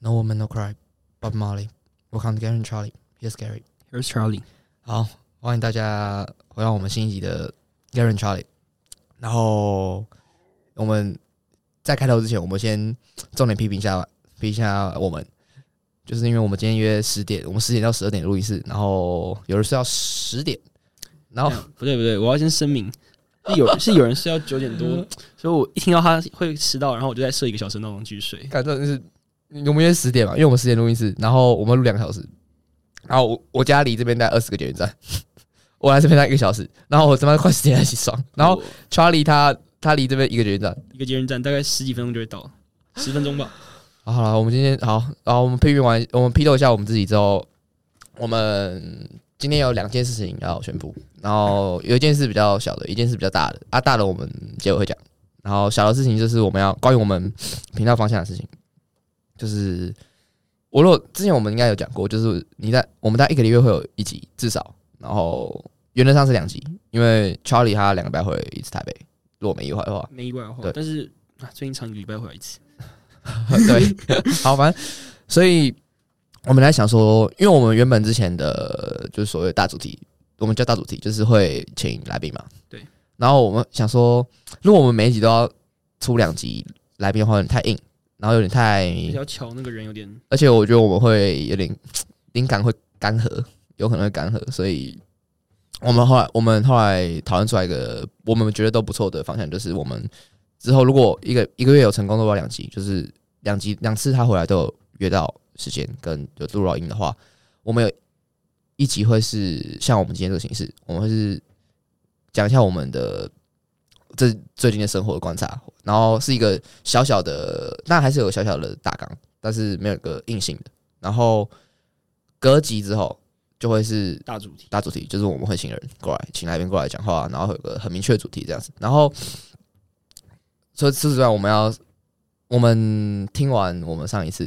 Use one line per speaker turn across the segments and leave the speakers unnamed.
No Woman No Cry Bob Marley Welcome to Gary and Charlie Here's Gary
Here's Charlie，
好，欢迎大家回到我们新一集的 Gary and Charlie。然后我们在开头之前，我们先重点批评一下批评一下我们，就是因为我们今天约十点，我们十点到十二点录音室，然后有人睡到十点，然后
不对不对，我要先声明，是 有是有人睡到九点多，所以我一听到他会迟到，然后我就再设一个小时闹钟继续睡。
感觉就是我们约十点嘛，因为我们十点录音室，然后我们录两个小时，然后我我家离这边大概二十个捷运站， 我来这边待一个小时，然后我他妈快十点才起床，然后
我
Charlie 他他离这边一个捷运站。
一个捷运站大概十几分钟就会到，十分钟吧。
好好了，我们今天好，然后我们批评完，我们批斗一下我们自己之后，我们今天有两件事情要宣布，然后有一件事比较小的，一件事比较大的，啊，大的我们结尾会讲，然后小的事情就是我们要关于我们频道方向的事情，就是我如果之前我们应该有讲过，就是你在我们在一个礼拜会有一集至少，然后原则上是两集，因为 Charlie 他两个礼拜会一次台北，如果没意外的话，
没意外的话
对，
但是啊，最近长一个礼拜回来一次，
对，好，反正所以我们来想说，因为我们原本之前的就是所谓的大主题，我们叫大主题，就是会请来宾嘛。
对。
然后我们想说，如果我们每一集都要出两集来宾的话，有点太硬，然后有点太，
比较巧，那个人有点
而且我觉得我们会有点灵感会干涸，有可能会干涸，所以。我们后来，我们后来讨论出来一个我们觉得都不错的方向，就是我们之后如果一个一个月有成功录到两集，就是两集两次他回来都有约到时间跟有录到音的话，我们有一集会是像我们今天这个形式，我们会是讲一下我们的这最近的生活的观察，然后是一个小小的，但还是有个小小的大纲，但是没有一个硬性的。然后隔集之后就会是
大主题。
大主题，就是我们会请人过来，请来宾过来讲话，然后会有个很明确的主题这样子。然后，除了此之外，我们要我们听完我们上一次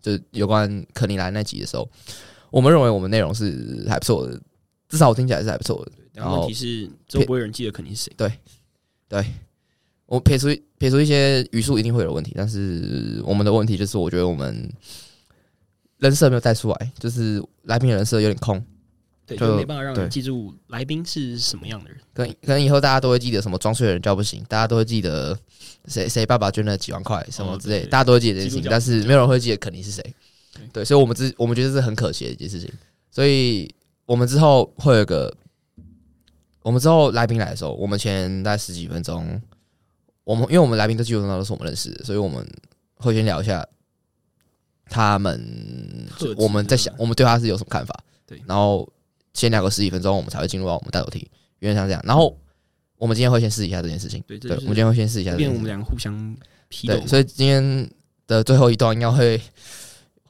就是有关克尼兰那集的时候，我们认为我们内容是还不错的，至少我听起来是还不错的。
然后问题是，之后不会有人记得肯定是谁。
我撇除撇除一些语速一定会有问题，但是我们的问题就是，我觉得我们人设没有带出来，就是来宾的人设有点空。
对，
就
就没办法让
对
人记住来宾是什么样的人。
可能可能以后大家都会记得什么装睡的人叫不醒，大家都会记得谁谁爸爸捐了几万块什么之类，
哦对对
大家都会记得这件事
记
情，
录
但是没有人会记得肯定是谁
对。
对，所以我们之我们觉得这是很可惜的一件事情，所以我们之后会有个，我们之后来宾来的时候，我们前大概十几分钟，我们因为我们来宾都基本上都是我们认识的，所以我们会先聊一下他们
特质
我们在想
对吧
我们对他是有什么看法，
对
然后先聊个十几分钟，我们才会进入到我们大主题，原来像这样。然后我们今天会先试一下这件事情，
对，这
对，
就
我
是
们今天会先试一下这
变
件
我
事
们
情，
两个互相批斗
对，。所以今天的最后一段应该会，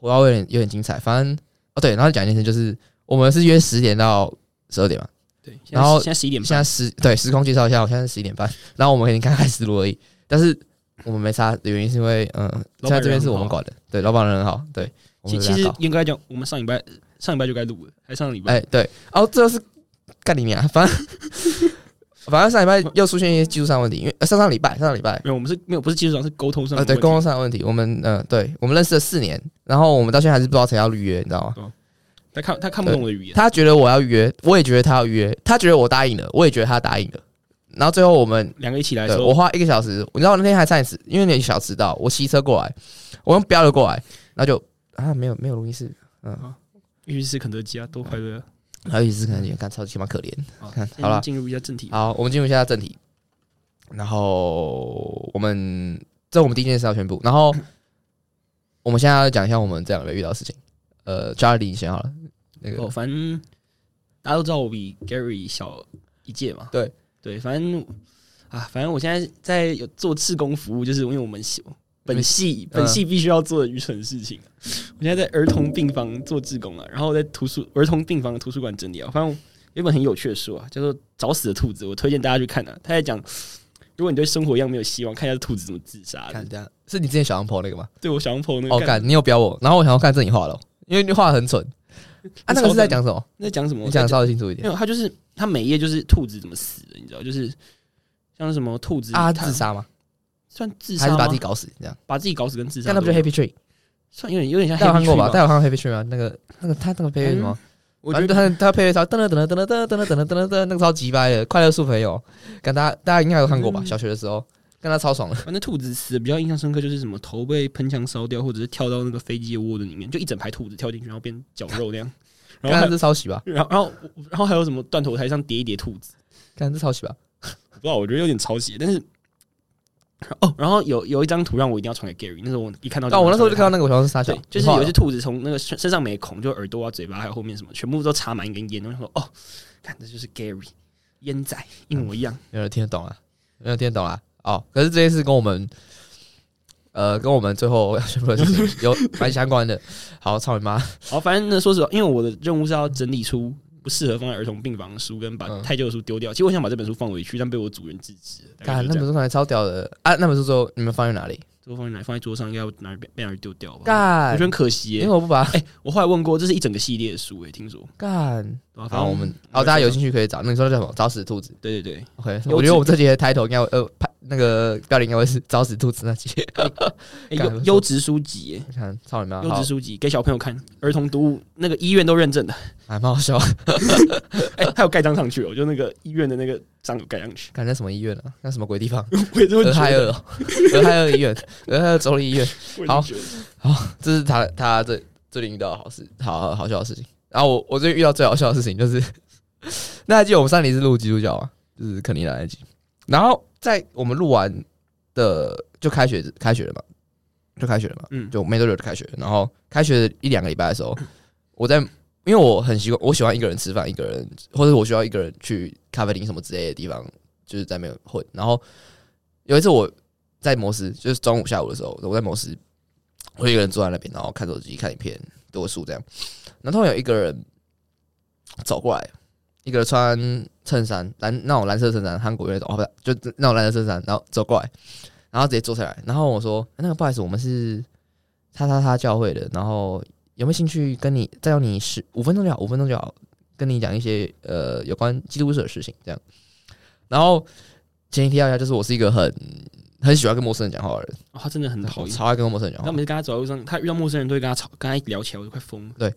我要有点有点精彩。反正哦对，然后讲一件事，就是我们是约十点到十二点嘛，
对，现在
然后
现在十一点半，
现在时对时空介绍一下，我现在是十一点半，然后我们已经刚开始录而已，但是我们没差的原因是因为，嗯、现在这边是我们管的，对，老板人很好，对，我
其
们
其
跟他
实
搞
应该讲，我们上礼拜上礼拜就该录了，还上礼拜。
哎、对，哦，这就是干你娘，反正反正上礼拜又出现一些技术上的问题，因为、呃、上上礼拜上上礼拜。
没有，我们是没有，不是技术上，是沟通上的
呃，
问题。
对，沟通上的问题，我们呃，对我们认识了四年，然后我们到现在还是不知道谁要预约，你知道吗？
他看他看不懂我的语言，
他觉得我要预约，我也觉得他要预约，他觉得我答应了，我也觉得他答应了，然后最后我们
两个一起来
对
说，
我花一个小时，你知道我那天还差点迟，因为你小迟到，我骑车过来，我用飙了过来，然后就啊没有没有录音室，
必须吃肯德基啊，多快乐啊
然后一直可能也看超级妈可怜。
啊！
看
现 在
好啦
进入一下正题，
好，我们进入一下正题，然后我们这我们第一件事要宣布，然后我们现在要讲一下我们这两个月遇到的事情。呃，Charlie 你先好了，那个
哦，反正大家都知道我比 Gary 小一届嘛。
对
对，反正啊，反正我现在在有做志工服务，就是因为我们系本系
嗯
本系必须要做的愚蠢事情。啊我现在在儿童病房做志工啊，然后在图书儿童病房图书馆整理啊。反正我有一本很有趣的书啊，叫做《找死的兔子》，我推荐大家去看啊。他在讲，如果你对生活一样没有希望，看一下兔子怎么自杀的
看。这样，是你之前小羊婆那个吗？
对我想要剖那个
哦，干，你有标我，然后我想要看这你画了，因为你画的很蠢。啊，那个是在讲什么？
那讲什么？
你讲得稍微清楚一
没
点。
有，他就是他每一页就是兔子怎么死的，你知道，就是像什么兔子
啊，
它
自杀吗？
算自
还
杀
是
吗
把自己搞死这样？
把自己搞死跟自杀
那
都
不就
有，
Happy Tree？
算有点有点像
大家有看
Happy
过吧？大
Tree
家有看过 Happy Tree 吗？那个那个他那个配乐是什么？
我
反
觉
正
得
他他配乐超噔噔噔噔噔噔噔噔噔噔噔，那个超级掰的《快乐树朋友》，跟大家大家应该有看过
嗯
吧？小学的时候，跟他超爽 的。
反正兔子死的比较印象深刻，就是什么头被喷枪烧掉，或者是跳到那个飞机的涡轮里面，就一整排兔子跳进去，然后变绞 肉那样。
看
然后还
他是抄袭吧？
然后然后然后还有什么断头台上叠一叠兔子，
看是抄袭吧？
不知道，我觉得有点抄袭，但是。哦，然后有有一张图让我一定要传给 Gary，那时候我一看到，
哦但我那时候就看到
到，
那个，我想是傻笑
啊对，，就是
哦
有一只兔子从那个身身上没孔，就耳朵啊、嘴巴还有后面什么，全部都插满一根烟，然后说哦，看这就是 Gary 烟仔，一模一样。
没有人听得懂啊，没有人听得懂啊。哦，可是这件事跟我们，呃，跟我们最后要宣布的事 情有蛮相关的。好，操你妈！
好，反正呢，说实话，因为我的任务是要整理出不适合放在儿童病房的书，跟把
嗯
太旧的书丢掉。其实我想把这本书放回去，但被我主人制止了。大概
看
哎就
那
这
本
样
书看起来超屌的啊！那本书之后你们放在哪里？
最后放在哪？放在桌上，应该要哪儿被被哪儿丢掉吧？我
干
觉得，很可惜
因
耶、
为我不把它
哎、我后来问过，这是一整个系列的书诶、听说。
干。
对啊反
好，
正
我们哦，大家有兴
趣？
趣可以找。那你说叫什么？找死兔子。
对对对，
OK，
有
我觉
志
得我们这集的 title 应该会呃，拍那个标题应该会是“找死兔子”那集。
哎
干
优优质书籍耶、
你看，操你妈！
优
好
质，书籍给小朋友看，儿童读物那个医院都认证的，
还蛮好笑。
哎、还有盖章上去哦，就那个医院的那个章有盖上去，
看那什么医院啊？那什么鬼地方？
我也这么
俄
觉
亥
得，
俄哦，俄亥俄医院，俄亥俄州立医院。
我也这
好
么觉得，
这是他他最最近遇到的好事，好好好笑的事情。然后我我最近遇到最好笑的事情就是， 那还记得我们上一集是录基督教啊，就是肯尼来那集。然后在我们录完的就开学开学了嘛，就开学了嘛，
嗯
就没多久就开学了。然后开学一两个礼拜的时候，我在因为我很习惯，我喜欢一个人吃饭，一个人或者我需要一个人去咖啡厅什么之类的地方，就是在那边混。然后有一次我在摩斯，就是中午下午的时候，我在摩斯，我就一个人坐在那边，然后看手机、看影片、读书这样。然后突然有一个人走过来，一个穿衬衫蓝那种蓝色衬衫，韩国那种哦，不是，就那种蓝色衬衫，然后走过来，然后直接坐下来，然后我说：“哎那个不好意思，我们是叉叉叉教会的，然后有没有兴趣跟你再用你十五分钟就好，五分钟就好，跟你讲一些呃有关基督徒的事情这样。”然后前提提到一下，就是我是一个很很喜欢跟陌生人讲话的人。
哦，他真的很讨
我
厌。
超爱跟陌生人讲
然
话。
后每次跟他走在路上，他遇到陌生人都会跟他吵，跟他一聊起来我就快疯了。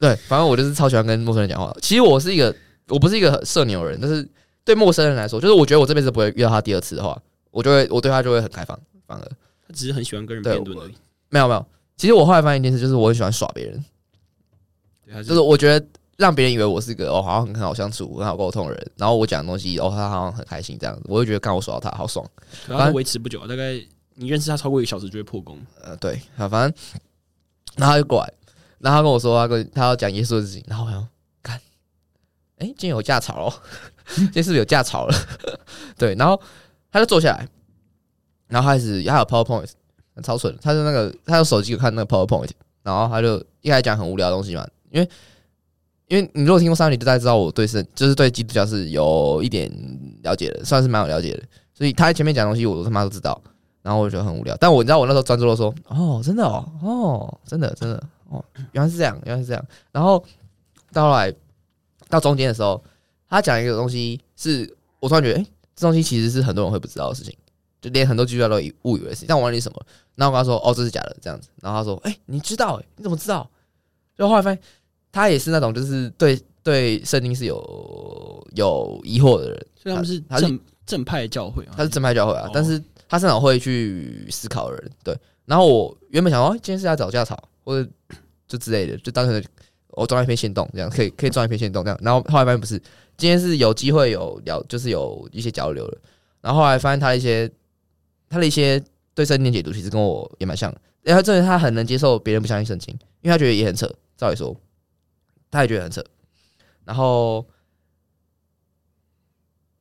对，反正我就是超喜欢跟陌生人讲话。其实我是一个，我不是一个社牛人，但是对陌生人来说，就是我觉得我这辈子不会遇到他第二次的话，我就会我对他就会很开放。反而
他只是很喜欢跟人
对
辩论而已。
没有没有，其实我后来发现一件事，就是我很喜欢耍别人，
对，他
就是我觉得让别人以为我是个哦好像很好相处、很好沟通的人，然后我讲的东西哦他好像很开心这样子，我就觉得看我耍到他好爽。
对他是维持不久，大概你认识他超过一个小时就会破功。
呃，对，好，反正，然后他就过来，然后他跟我说，他跟他要讲耶稣的事情，然后我想，看，哎、今天有架吵了，今天是不是有架吵了？ 对，然后他就坐下来，然后开始他有 PowerPoint，超蠢的，他是那个他用手机有看那个 PowerPoint，然后他就一开始讲很无聊的东西嘛，因为。因为你如果听过上一集，就大概知道我对圣就是对基督教是有一点了解的，算是蛮有了解的。所以他在前面讲的东西，我他妈都知道。然后我就觉得很无聊。但我你知道我那时候专注的说，哦，真的哦，哦，真的真的哦，原来是这样，原来是这样。然后到后来到中间的时候，他讲一个东西是我突然觉得，哎、这东西其实是很多人会不知道的事情，就连很多基督教都以误以为是。但我忘记什么，然后我跟他说，哦，这是假的，这样子。然后他说，哎、你知道、哎，你怎么知道？就后来发现他也是那种就是对对圣经是有有疑惑的人，
所以他们是
他他是
正正派的教会啊，
他是正派教会啊，
哦
但是他是很会去思考的人，对。然后我原本想说，哎今天是要找架吵，或者就之类的，就单纯的我装一篇线动这样，可以可以装一篇线动这样。然后后来发现不是，今天是有机会有聊，就是有一些交流了。然后后来发现他的一些他的一些对圣经的解读，其实跟我也蛮像的。然后这人他很能接受别人不相信圣经，因为他觉得也很扯，照理说他也觉得很扯。然后，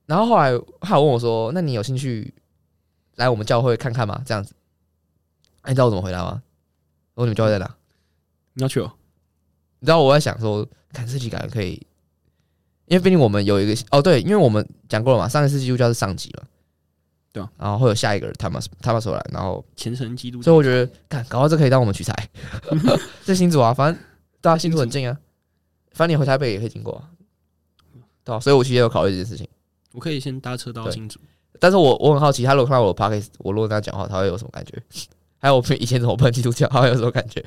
然后后来他有问我说：“那你有兴趣来我们教会看看吗？”这样子，哎你知道我怎么回答吗？我说：“你们教会在哪
你要去哦。？”
你知道我在想说，看这集感觉可以，因为毕竟我们有一个哦对，因为我们讲过了嘛，上一次基督教是上集嘛，
对啊，
然后会有下一个人他们他们出来，然后
虔诚基督徒
所以我觉得，看，搞到这可以当我们取材， 这新竹啊，反正对啊，新竹很近啊，反正你回台北也可以经过、啊，对啊，所以我其实也有考虑这件事情，
我可以先搭车到
对
新竹。
但是我我很好奇，他如果看到我 p o d c a s 我如果跟他讲话，他会有什么感觉？ 还有我们以前怎么喷基督教，还有什么感觉？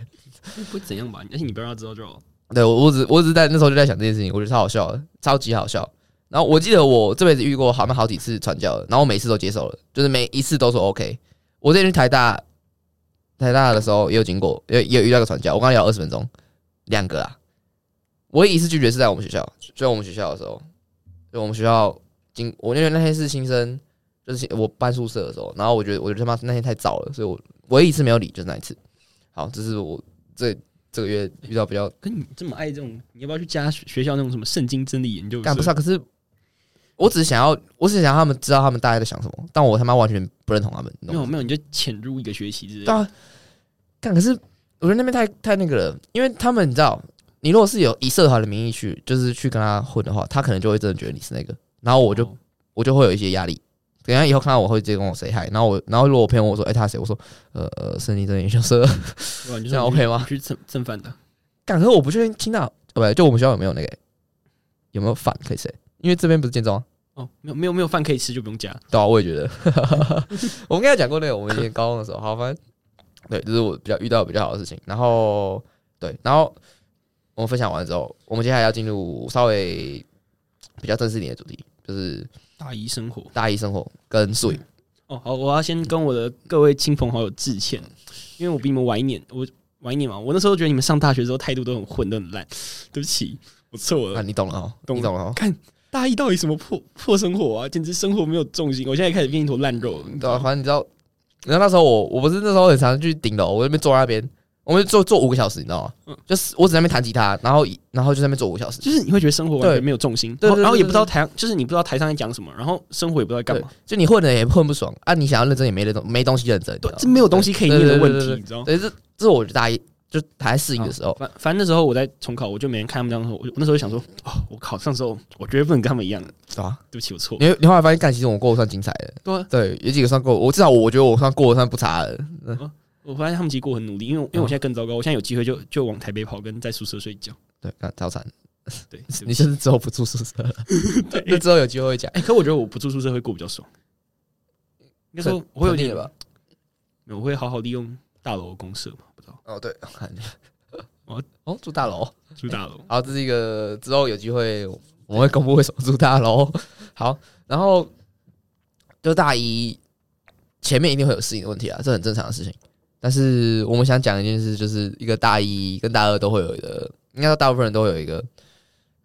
不会怎样吧？而且你不要让他知道就好。
对我，我只我只是在那时候就在想这件事情，我觉得超好笑的，超级好笑。然后我记得我这辈子遇过好像好几次传教的，然后我每次都接受了，就是每一次都说 OK。我之前去台大，台大的时候也有经过，也也有遇到一个传教，我刚刚聊二十分钟，两个啊。唯一一次拒绝是在我们学校，就在我们学校的时候，就我们学校经我那天那天是新生，就是新我搬宿舍的时候，然后我觉得我觉得他妈那天太早了，所以我唯一一次没有理就是那一次。好，这是我这这个月遇到比较
可你这么爱这种，你要不要去加学学校那种什么圣经真理研究
干不
社？
上，可是我只是想要，我只是想要他们知道他们大概在想什么，但我他妈完全不认同他们。你
没
懂吗
有没有，你就潜入一个学期之类
对
的。
啊，干可是我觉得那边太太那个了，因为他们你知道，你如果是有以社团的名义去，就是去跟他混的话，他可能就会真的觉得你是那个，然后我就、
哦
我就会有一些压力。等一下以后看到我会直接跟我 say hi，然后我然后如果我朋友问我说，哎、他是谁？我说，呃呃，是你的研究社。
对啊你就
这样
说你
OK 吗
你去蹭蹭饭的，
干，可是我不确定清大，呃，不，就我们学校有没有那个、有没有反可以 say？因为这边不是建中啊。
哦，没有没有没有饭可以吃就不用加。
对啊，我也觉得。 我们刚才讲过那个，我们以前高中的时候，好，反正对，这是我比较遇到比较好的事情。然后对，然后我们分享完之后，我们接下来要进入稍微比较正式一点的主题，就是
大一生活
大一生活跟宿营。
哦，好，我要先跟我的各位亲朋好友致歉，因为我比你们晚一年，我晚一年嘛，我那时候觉得你们上大学之后态度都很混，都很烂，对不起，我错
啊，
了。
你懂了哦，
嗯懂
你懂了哦。
看大一到底什么破破生活啊，简直生活没有重心，我现在开始变一坨烂肉。你知
对啊，
道吗
反正你知道，然后那时候我我不是那时候很常去顶楼，我在那边坐在那边，我们就坐坐五个小时，你知道吗
嗯？
就是我只在那边弹吉他，然后然后就在那边坐五个小时。
就是你会觉得生活完全没有重心，
对
然后
对对
然后也
对
不知道台，就是你不知道台上在讲什么，然后生活也不知道在干嘛，
就你混的也混不爽啊，你想要认真也没认真，没东西认真，你知
对
道，吗
这没有东西可以念的
对
问
对对
题，
对
你知道吗？
对，这这我就大一就还在适应的时候，
反反正那时候我在重考，我就每天看他们这样说，我就我那时候就想说，哦，我考上时候我绝对不能跟他们一样，对
对啊，
不起，我错了。
你会你后来发现，干，其实我过得算精彩的，
对啊，
对，有几个算过，我至少我觉得我算过得算不差的，
我发现他们其实过得很努力，因为我因为我现在更糟糕，我现在有机会就就往台北跑，跟在宿舍睡觉。
对，干超惨，
对，
你甚至之后不住宿舍了，
对
那之后有机会会讲，
哎、可我觉得我不住宿舍会过比较爽。应该说我会有
肯定
点
的吧？
没有，我会好好利用大楼的公社嘛，不知道
哦，对，看
哦
哦，住大楼，
住大楼。
好，这是一个之后有机会我们会公布为什么住大楼。好，然后就大一前面一定会有适应的问题啊，这很正常的事情。但是我们想讲一件事，就是一个大一跟大二都会有一个，应该说大部分人都会有一个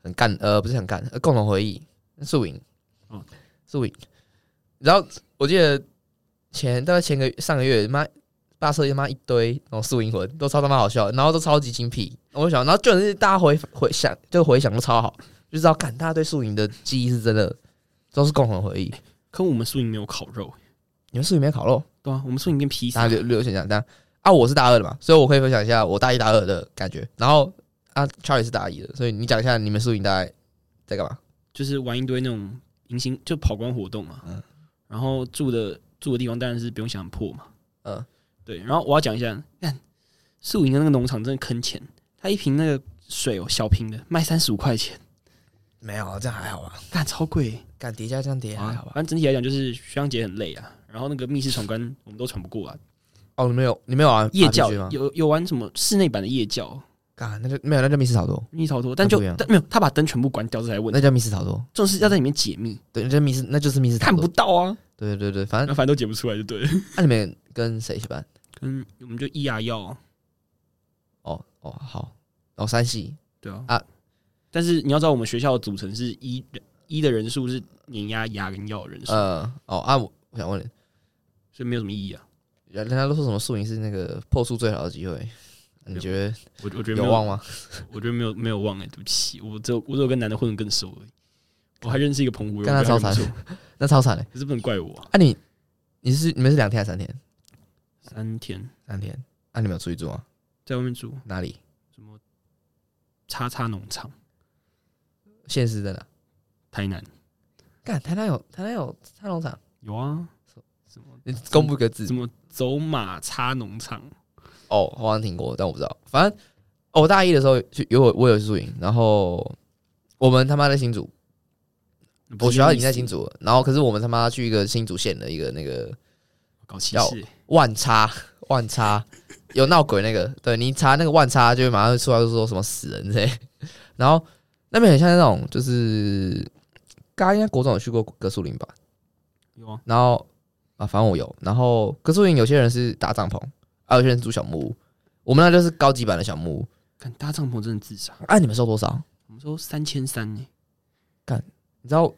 很干呃不是很干，呃共同回忆宿营，
嗯
宿营。然后我记得前大概前个上个月妈大社他妈一堆那种素营魂，都超他妈好笑，然后都超级精辟。我想，然后就是大家回回想，就回想都超好，就知道，干大家对宿营的记忆是真的都是共同回忆。
可我们宿营没有烤肉，
你们宿营没有烤肉，
对啊，我们宿营跟披
大家
萨。
留留言讲，但啊，我是大二的嘛，所以我可以分享一下我大一大二的感觉。然后啊，Charlie 是大一的，所以你讲一下你们宿营大概在干嘛？
就是玩一堆那种迎新就跑光活动嘛。
嗯
然后住的住的地方当然是不用想很破嘛。
嗯
对，然后我要讲一下，看宿营的那个农场真的坑钱，它一瓶那个水哦，小瓶的卖三十五块钱，
没有，这样还好吧？
干超贵、
干叠加这样叠
啊，？反正整体来讲就是学长姐很累啊，然后那个密室闯关我们都闯不过啊。
哦，你们有你们有玩
夜教
RPG 吗？
有有玩什么室内版的夜教，
干，啊那就没有，那就密室逃脱，
密室逃脱，但
那
就
不一样
但没有，他把灯全部关掉，这才问
那，叫密室逃脱，
重是要在里面解密，
对，那就密室，那就是密室逃
看不
脱。
到啊，
对对对，反
那
正
反正都解不出来就对了。
那啊你们跟谁一起班？
嗯，我们就一牙药啊，
哦哦，好，哦三系
对啊
啊
啊，但是你要知道我们学校的组成是一人一的人数是碾压牙跟药的人数，
呃，哦啊，我我想问你，
所以没有什么意义啊。
人人家都说什么宿营是那个破处最好的机会，你觉得
我我觉得没
有
有
望吗？
我觉得没有没有忘哎、对不起，我只有我只有跟男的混的更熟而已。我还认识一个澎湖人，
跟他
我觉得
超
还不
惨
错，
那超惨嘞！
可是不能怪我啊、
啊你你是你们是两天还是三天？
三天
三天。啊你们有出去住吗？
在外面住
哪里？
什么叉叉农场，
现实在哪？
台南
干台南有台南有菜农场，
有啊，
你公布一个字
什么走马叉农场，
哦，我好像听过，但我不知道。反正哦我大一的时候去有我我有去宿营，然后我们他妈在新竹，我学校已经在新
竹，
竹了，然后可是我们他妈去一个新竹县的一个那个
搞歧
要
视欸，
万叉万叉有闹鬼那个，对你查那个万叉就会马上出来就说什么死人之类，然后那边很像那种就是，大家应该国中有去过格树林吧？
有啊，
然后啊，反正我有。然后格树林有些人是搭帐篷，啊，有些人住小木屋，我们那就是高级版的小木屋。
看搭帐篷真的自杀，
啊，你们收多少？
我们说三千三欸呢，
你知道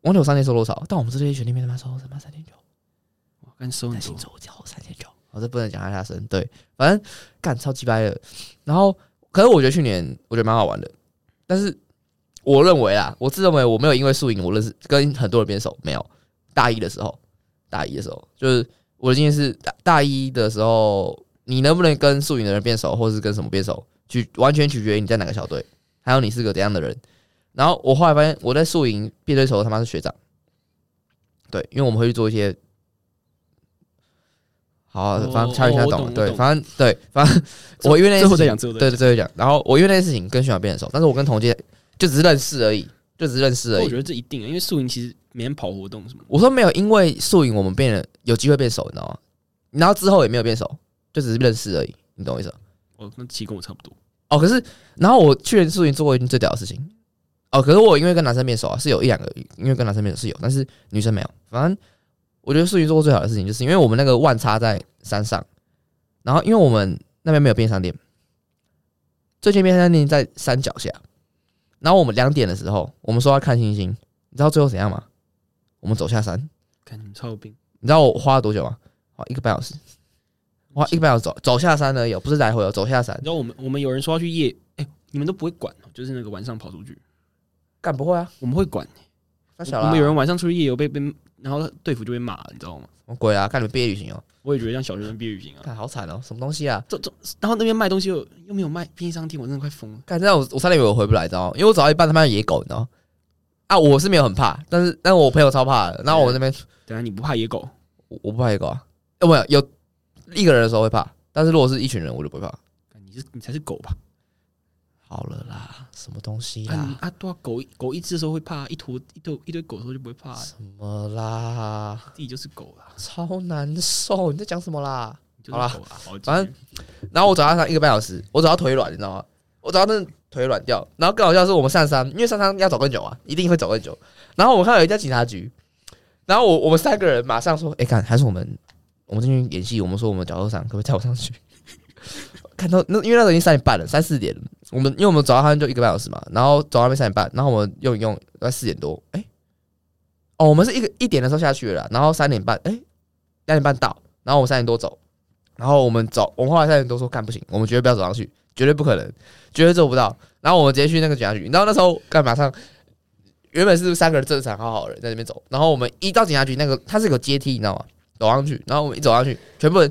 网友商店收多少？但我们这些群里面他妈收他妈三千九，
哇，干收
在
很
新
多，
洲交三千九，我哦这不能讲太大声。对，反正干超级掰的。然后，可是我觉得去年我觉得蛮好玩的，但是我认为啊，我自认为我没有因为输赢我认识跟很多人变熟，没有。大一的时候，大一的时候就是我的经验是大大一的时候，你能不能跟宿营的人变熟，或是跟什么变熟，取完全取决于你在哪个小队，还有你是个怎样的人。然后我后来发现，我在宿营变对手他妈是学长，对，因为我们会去做一些，好啊、
哦
反正差一下
我
懂了，
懂
对
我，懂
反正对，反正我因为那件
最后
事
再
情
讲，最后再
对对对讲。然后我因为那件事情跟学长变很熟，但是我跟同届就只是认识而已，就只是认识而
讲，
已
我觉。得这一定啊，因为宿营其实每天跑活动什么的，
我说没有，因为素影我们变得有机会变熟，你知道吗？然后之后也没有变熟，就只是认识而已，你懂我意思吗？
哦，那其实跟我差不多，
哦，可是然后我去年素影做过一件最屌的事情，哦，可是我因为跟男生变熟啊，是有一两个，因为跟男生变熟是有，但是女生没有。反正我觉得素影做过最好的事情，就是因为我们那个万差在山上，然后因为我们那边没有便利商店，最近便利商店在山脚下，然后我们两点的时候，我们说要看星星，你知道最后怎样吗？我们走下山。
看你们超有病，
你知道我花了多久吗？花一个半小时，花一个半小时走走下山而已哦，不是来回哦，走下山
你。知道我们我们有人说要去夜，哎、你们都不会管哦，就是那个晚上跑出去，
干不会啊，
我们会管，
那小啊
我
啦
们有，人晚上出去夜游被被，然后队服就被骂，你知道吗？
什么鬼啊？干你们毕业旅行哦，
我也觉得像小学生毕业旅行啊，
干好惨哦，什么东西啊？
这这，然后那边卖东西又又没有卖便利商店，我真的快疯了。
干这样我我差点以为我回不来，你知道吗？因为我走到一半他妈野狗，你知道吗？啊，我是没有很怕，但是但是我朋友超怕的，然后我那边
等下你不怕野狗？
我我不怕野狗啊，呃，不有一个人的时候会怕，但是如果是一群人我就不会怕。
干你是你才是狗吧？
好了啦，什么东西
啊你
啦？
啊，对啊，狗狗一只的时候会怕，一坨一堆一堆狗的时候就不会怕，
什么啦？
自己就是狗啦，
超难受！你在讲什么啦？
你就
好啦
是狗啦。好，
反正然后我走到上一个半小时，我走到腿软，你知道吗？我走到那腿软掉。然后更好笑的是，我们上山，因为上山要走更久啊，一定会走更久。然后我看到有一家警察局，然后我我们三个人马上说：“哎、看还是我们我们进去演戏，我们说我们脚受伤，可不可以带我上去？” 看到那因为那时候已经三点半了，三四点了。我们因为我们走到他们就一个半小时嘛，然后走到那边三点半，然后我们用一用，大概四点多，哎、哦，我们是一个一点的时候下去了啦，然后三点半，哎、两点半到，然后我们三点多走。然后我们走，我们后来三人都说干不行，我们绝对不要走上去，绝对不可能，绝对做不到。然后我们直接去那个警察局，你知道那时候干嘛上？原本是三个人正常好好的人在那边走，然后我们一到警察局那个，它是有阶梯，你知道吗？走上去，然后我们一走上去，全部人，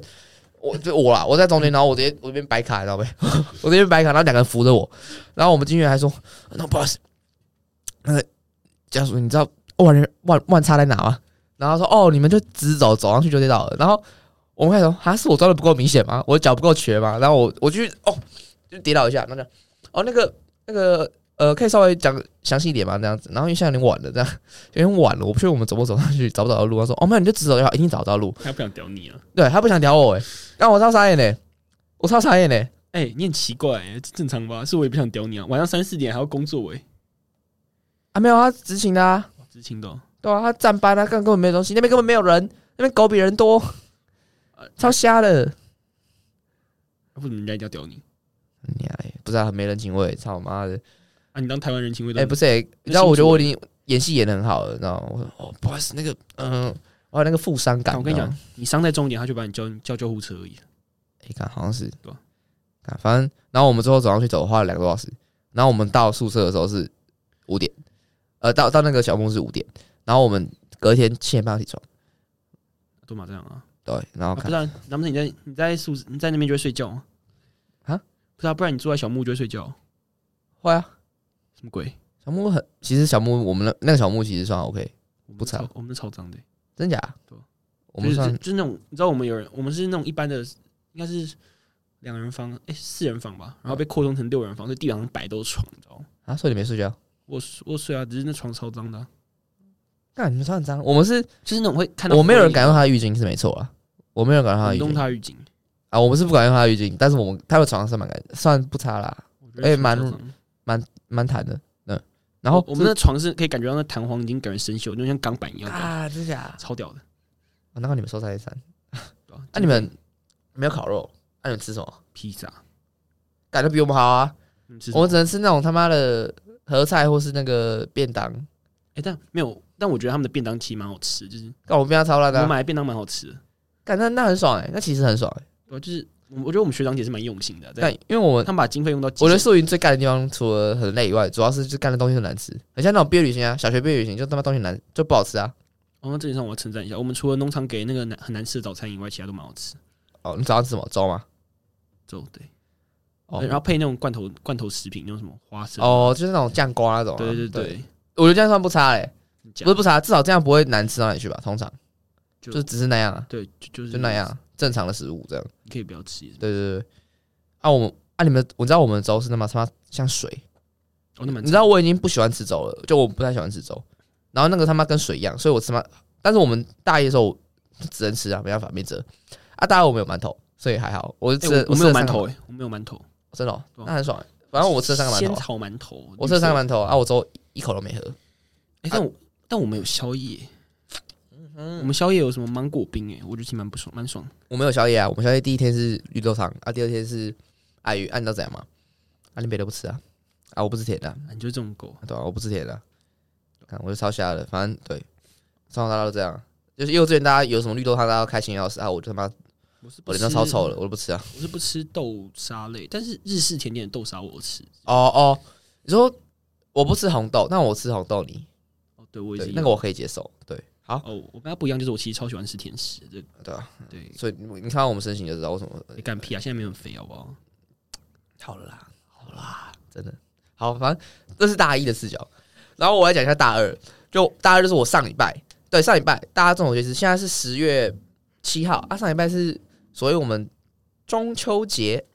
我就我啦，我在中间，然后我直接我这边摆卡，你知道没？ 我这边摆卡，然后两个人扶着我，然后我们进去还说，呃那不好意思，那个家属，你知道哦万万万差在哪吗？然后他说哦，你们就直走，走上去就知道了。然后我们开始说，哈，是我装的不够明显吗？我脚不够瘸吗？然后我我就哦，就跌倒一下，然后就哦那个那个呃，可以稍微讲详细一点吗？这样子，然后因为现在有点晚了，这样有点晚了，我不确定我们怎么走上去，找不找到路。他说哦，没有，你就直走就好，一定找得到路。
他不想屌你啊！
对他不想屌我哎，让我超傻眼嘞，我超傻眼欸嘞。
哎，你很奇怪，哎这正常吧？是我也不想屌你啊。晚上三四点还要工作哎，
啊，没有他执勤的啊，
哇知青的哦。
对啊，他站班啊，根根本没有东西，那边根本没有人，那边狗比人多，超瞎的。
为什么人家一定要屌你？
你啊，不知道没人情味，操妈的！
啊，你当台湾人情味？
哎、不是、欸，你知道，我觉得我已经演戏演的很好了，你知道吗？我说哦，不好意思，那个，嗯，我有那个负伤感。
我跟你
知道
讲
吗，，
你伤在重点，他就把你叫叫救护车而已。
哎、看好像是
对啊
看反正，然后我们最后走上去走，花了两个多小时。然后我们到宿舍的时候是五点，呃，到到那个小木屋是五点，然后我们隔天七点半起床，
都嘛这样啊？
对，然后
啊不
看、
是啊，难不成你在你在宿舍你在那边就会睡觉吗？
啊？
不是啊，不然你住在小木屋就会睡觉，
会啊，
什么鬼？
小木屋很，其实小木屋我们那那个小木屋其实算 OK，
我们
不惨
超我们超脏的欸、
真假？
对啊
我们
就
算
是就是那种你知道我们有人，我们是那种一般的，应该是两人房，哎、四人房吧，然后被扩充成六人房，所以地板上摆都是床，你知道吗？
啊，所以你没睡觉，
我我睡啊，只是那床超脏的啊、
干你们穿很脏，我们是
就是那种会看到
我没有人
灰
敢用他的浴巾是没错啊，我没有人敢用他的
滚
浴
动
巾
他浴巾，
啊，我们是不敢用他的浴巾，但是我们他的床上蛮干，算不差啦，
我觉得
哎蛮
超脏
蛮弹的，嗯，然后
我我们的床是可以感觉到那弹簧已经给人生锈，就像钢板一样，
啊，真假？
超屌的。
啊难怪你们收三一三，
对吧
那你们没有烤肉，那你们吃什么？
披萨，
感觉比我们好啊，
你们吃什
我
么
们只能吃那种他妈的合菜或是那个便当，
哎，但没有，但我觉得他们的便当其实蛮好吃，就是
干我们便当超烂的
我
啊，
买的便当蛮好吃的。
干那那很爽哎、那其实很爽、欸，
对吧，就是我我觉得我们学长姐是蛮用心的，
但
对，
因为我们
他们把经费用到极
我觉得
限。
宿营最干的地方，除了很累以外，主要是就干的东西很难吃，很像那种毕业旅行啊，小学毕业旅行就他妈东西难就不好吃啊。
哦，那这点上我要称赞一下，我们除了农场给那个难很难吃的早餐以外，其他都蛮好吃。
哦，你早上吃什么粥吗？
粥对，
哦
然后配那种罐头罐头食品，那种什么花生。，
哦，就是那种酱瓜那种啊、
对对
对，
对，
我觉得这样算不差嘞，
你
不是
讲
不差，至少这样不会难吃到哪里去吧？通常
就
就只是那样啊，
对，就就是
就那，样正常的食物这样。
你可以不要吃。
对对对，啊我们啊你们，我知道我们的粥是他妈他妈像水，
哦，那蛮
你知道我已经不喜欢吃粥了，就我不太喜欢吃粥。然后那个他妈跟水一样，所以我他妈，但是我们大一的时候我只能吃啊，没办法，没辙。啊，大二我们有馒头，所以还好。我就
哎
吃了、
我我
吃了
没有
三
馒
个
头，哎，我没有馒头，
真的、哦，
对啊
那很爽、欸。反正我吃了三个馒头
鲜
啊，
草馒头，
我吃了三
绿色
个馒头啊，我粥一口都没喝。
哎、但我、但我们有宵夜，
嗯
我们宵夜有什么芒果冰、哎，我觉得其实蛮不爽，蛮爽。
我们有宵夜啊，我们宵夜第一天是绿豆汤啊，第二天是矮鱼，啊、你知道怎样吗？啊，你别的不吃啊，啊，我不吃甜的啊、
啊你就是这种狗，
对啊，我不吃甜的啊，看我就超瞎的，反正对，从小到大都这样。啊就是幼稚园大家有什么绿豆汤，大家都开心得要死啊，我就他妈
我是不
我
吃
脸都超臭了，，我都不吃啊。
我是不吃豆沙类，但是日式甜点的豆沙我有吃。
哦哦，你说我不吃红豆，那我吃红豆泥，
哦，对，我也
对
是，
那个我可以接受。对，好，
哦，我跟他不一样，就是我其实超喜欢吃甜食的，
对啊，
对，
所以你你看到我们身形就知道为什么。
你干屁啊！现在没有很肥，好不好？
好了啦，好啦，真的好，反正这是大一的视角。然后我来讲一下大二，就大二就是我上礼拜，对上礼拜大家众所周知，现在是十月七号啊，上礼拜是所谓我们中秋节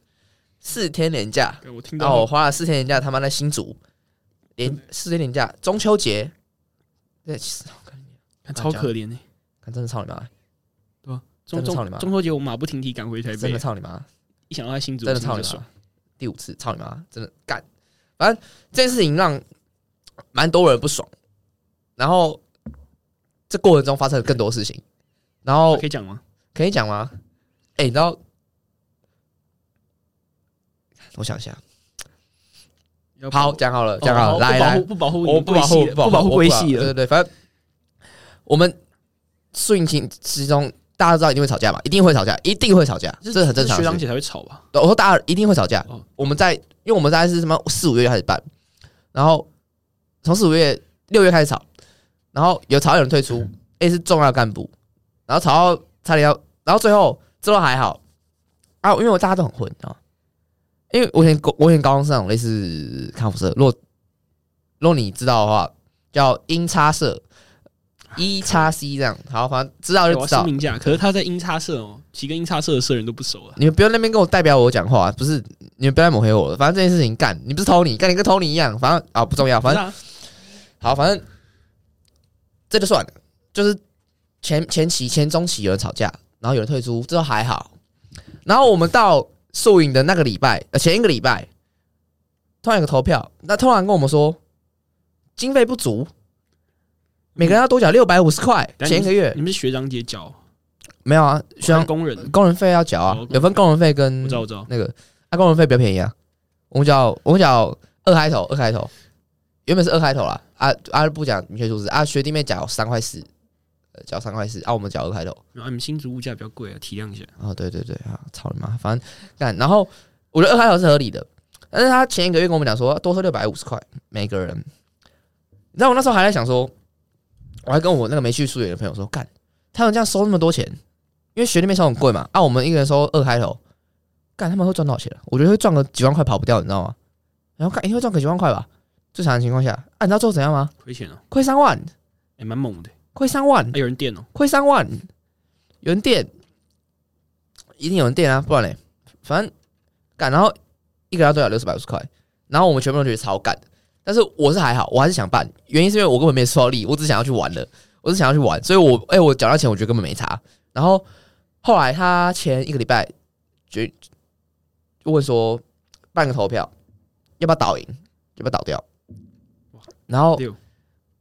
四天连假，
哎我听
然啊后我花了四天年假，他妈在新竹，连四天年假，中秋节，对，其实
超可怜呢、
看真的操你妈，
中
真的
中
操你妈
中秋节我马不停蹄赶回台
真
北
的，操你妈，
一想到他新竹，
真的
我心里
操
就
你
爽
妈，第五次操你妈，真的干。反正这件事情让蛮多人不爽，然后这过程中发生了更多事情，然后
哦可以讲吗？
可以讲吗？哎、你知道？我想一下，
要保
好，
护，
讲好了，
哦
讲好了，
好
来
不保
来
护，不保护你
我
们
不
贵
保护
系的，
不
保护
我
贵
保
系
对
的，
对对，反正我们宿营情之中，大家都知道一定会吵架嘛，一定会吵架，一定会吵架，这是很正常
学
的
长
事情。
姐才会吵吧？
对我说大家一定会吵架
哦，
我们在，因为我们大概是什么四五月开始办，然后从四五月六月开始吵，然后有吵有人退出，A 是重要干部，然后吵到差点要，然后最后最后还好啊，因为我大家都很混啊，因为我以前高我以前高中是那种类似康复社，如果如果你知道的话，叫音叉社。一叉 C 这样，好，反正知道
我
就
要
知道
声。明一下，可是他在英差社哦，其实跟英差社的社员都不熟啊了。
你们不要在那边跟我代表我讲话、不是你们不要来抹黑我了。反正这件事情干，你不是偷你，干你跟偷你一样，反正啊不重要，反正
正
好，反正这就算了。就是前前期前中期有人吵架，然后有人退出，这都还好。然后我们到宿营的那个礼拜，呃前一个礼拜，突然有个投票，那突然跟我们说经费不足，每个人要多缴六百五十块。
等下
前一个月
你们是学长姐缴，
没有啊，学
我
长
是工人，
工人费要缴啊
哦，
有分工人费跟
我知道我知道，
那个，啊，工人费比较便宜啊。我们缴我们缴二开头，二开头，原本是二开头啦，啊啊不讲明确数字啊，学弟妹缴三块四，呃缴三块四啊，我们缴二开头。
然后你们新竹物价比较贵啊，体谅一下。
哦，对对对啊，操你妈，反正干。然后我觉得二开头是合理的，但是他前一个月跟我们讲说多收六百五十块每个人，你知道我那时候还在想说，我还跟我那个没去宿营的朋友说，干，他们这样收那么多钱，因为学弟妹收很贵嘛，啊，我们一个人收二开头，干他们会赚多少钱？啊我觉得会赚个几万块跑不掉，你知道吗？然后看，应该赚个几万块吧，最常的情况下，啊，你知道最后怎样吗？
亏钱哦，
亏三万，
也蛮猛的。
亏三万，
还有人垫哦，
亏三万，有人垫，一定有人垫啊，不然嘞，反正干，然后一个人要啊多缴六十百五十块，然后我们全部都觉得超干的，但是我是还好，我还是想办，原因是因为我根本没收到利，我只想要去玩了，我是想要去玩，所以我哎、我缴到钱，我觉得根本没差。然后后来他前一个礼拜就就问说办个投票，要不要倒赢，要不要倒掉。然后
六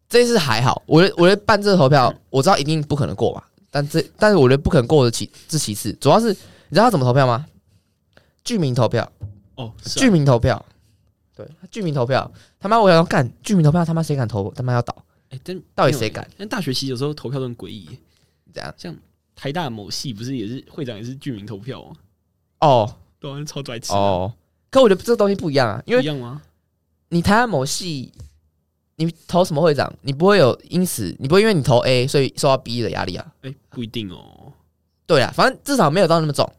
这次还好，我觉得我觉得办这个投票，我知道一定不可能过嘛，但这但是我觉得不可能过的其这其次，主要是你知道他怎么投票吗？居民投票，
哦，是啊
居民投票，对，居民投票，他妈我想要干居民投票，他妈谁敢投？他妈要倒，
哎，但
到底谁敢？
但大学其实有时候投票都很诡异，
这样
像台大某系不是也是会长也是居民投票啊，
哦
对啊，超拽气的，
哦，可我觉得这个东西不一样啊，因
不
为
一样吗？
你台湾某系，你投什么会长，你不会有因此，你不会因为你投 A 所以受到 B 的压力啊。
哎，不一定哦，
对啊，反正至少没有到那么重。
哦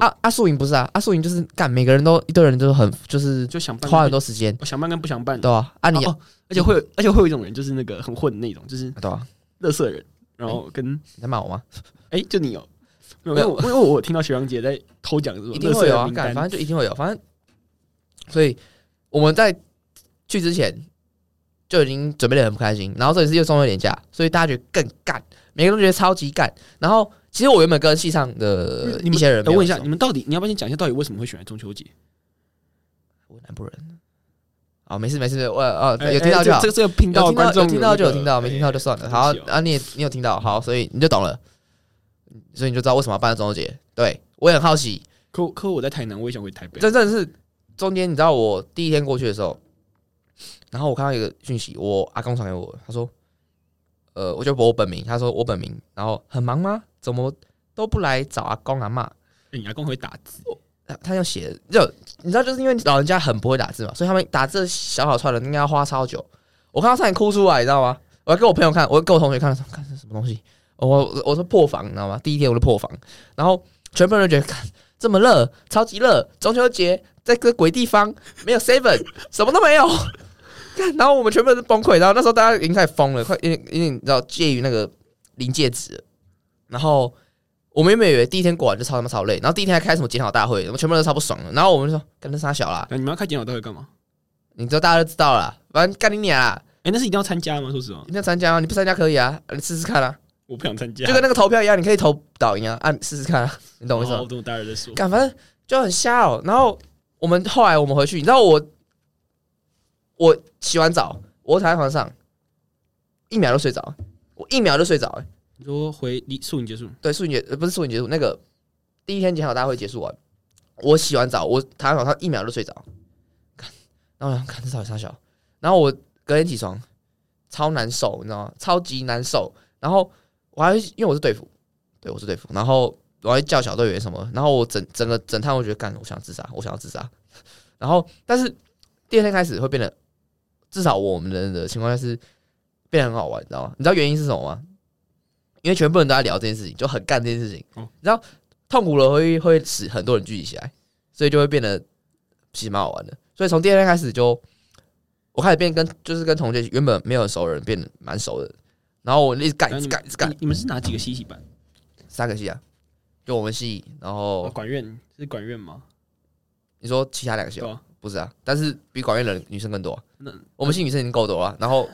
阿阿素营不是啊，阿素营就是干，每个人都一堆人都很就是
就想办
花很多时间，
我想办跟不想办，
对啊，啊你
哦，而且会有，而且会有一种人，就是那个很混的那种，就是
对啊，
乐色人，然后跟
你在骂我吗？
哎、就你有，没有？
没
因为
有
我因为我有听到学长姐在偷讲这种
一
乐
定
色
会有
人
啊，
名
干
单，
反正就一定会有，反正所以我们在去之前就已经准备的很不开心，然后这一次又送了年假，所以大家觉得更干，每个人都觉得超级干。然后其实我原本跟系上的
嗯你
一
们
些人没
哎我
有
问一下，
熟
你们到底你要不要先讲一下到底为什么会选在中秋节？
我南部人。哦，没事没事，我呃
哎
有听到就
哎
好，
这个这个频道
有听到
的观
有
众
听到就有
那个哎
听到，没听到就算了。好
对不起哦
啊，你也你有听到，好，所以你就懂了，所以你就知道为什么要办中秋节。对我也很好奇，
可可我在台南，我也想回台北。
这真的是中间，你知道我第一天过去的时候，然后我看到一个讯息，我阿公传给我，他说，呃，我就报我本名，他说我本名，然后很忙吗？怎么都不来找阿公阿妈？
哎你阿公会打字，
他他要写，就你知道，就是因为老人家很不会打字嘛，所以他们打字小小串的应该要花超久。我看到差点哭出来，你知道吗？我还给我朋友看，我给我同学看，说看这是什么东西？我我我说破防，你知道吗？第一天我就破防，然后全部人都觉得，看这么热，超级热，中秋节在个鬼地方没有 seven，什么都没有。看，然后我们全部人都崩溃，然后那时候大家已经开始疯了，快有点有点你知道介于那个临界值了，然后我们原本以为第一天过完就超他妈超累，然后第一天还开什么检讨大会，我们全部人都超不爽了。然后我们就说干那傻小啦，
那你们要开检讨大会干嘛？
你知道大家都知道啦，反正干你娘啦，
哎、那是一定要参加吗？说实话
一，定要参加啊，你不参加可以啊，你试试看啊，
我不想参加。
就跟那个投票一样，你可以投倒赢啊，按、试试看啊，你懂我意思
哦
吗？
我等我待会儿再说。
干反正就很瞎哦。然后我们后来我们回去，你知道我我洗完澡，我躺在床上一秒就睡着，我一秒就睡着、欸
你说回离宿营结束，
对，宿营结呃不是宿营结束，那个第一天检讨大会结束完，啊我洗完澡，我躺在床上一秒就睡着，看，然后我想看这到底啥小，然后我 隔天起床超难受，你知道吗？超级难受，然后我还因为我是队服，对我是队服，然后我还叫小队员什么，然后我整整个整趟我觉得干，我想自杀，我想要自杀， 然后但是第二天开始会变得，至少我们人的情况下是变得很好玩，你知道吗？你知道原因是什么吗？因为全部人都在聊这件事情，就很干这件事情。
哦
你知道痛苦了会会使很多人聚集起来，所以就会变得其实蛮好玩的。所以从第二天开始就，我开始变跟就是跟同学原本没有很熟的人变得蛮熟的，然后我一直干一直干一直干
你，你们是哪几个系系班？
三个系啊，就我们系，然
哦，
后
管院是管院吗？
你说其他两个系
对
吗
吧？
不是啊，但是比管院的女生更多啊、
那
我们系女生已经够多了啊、然后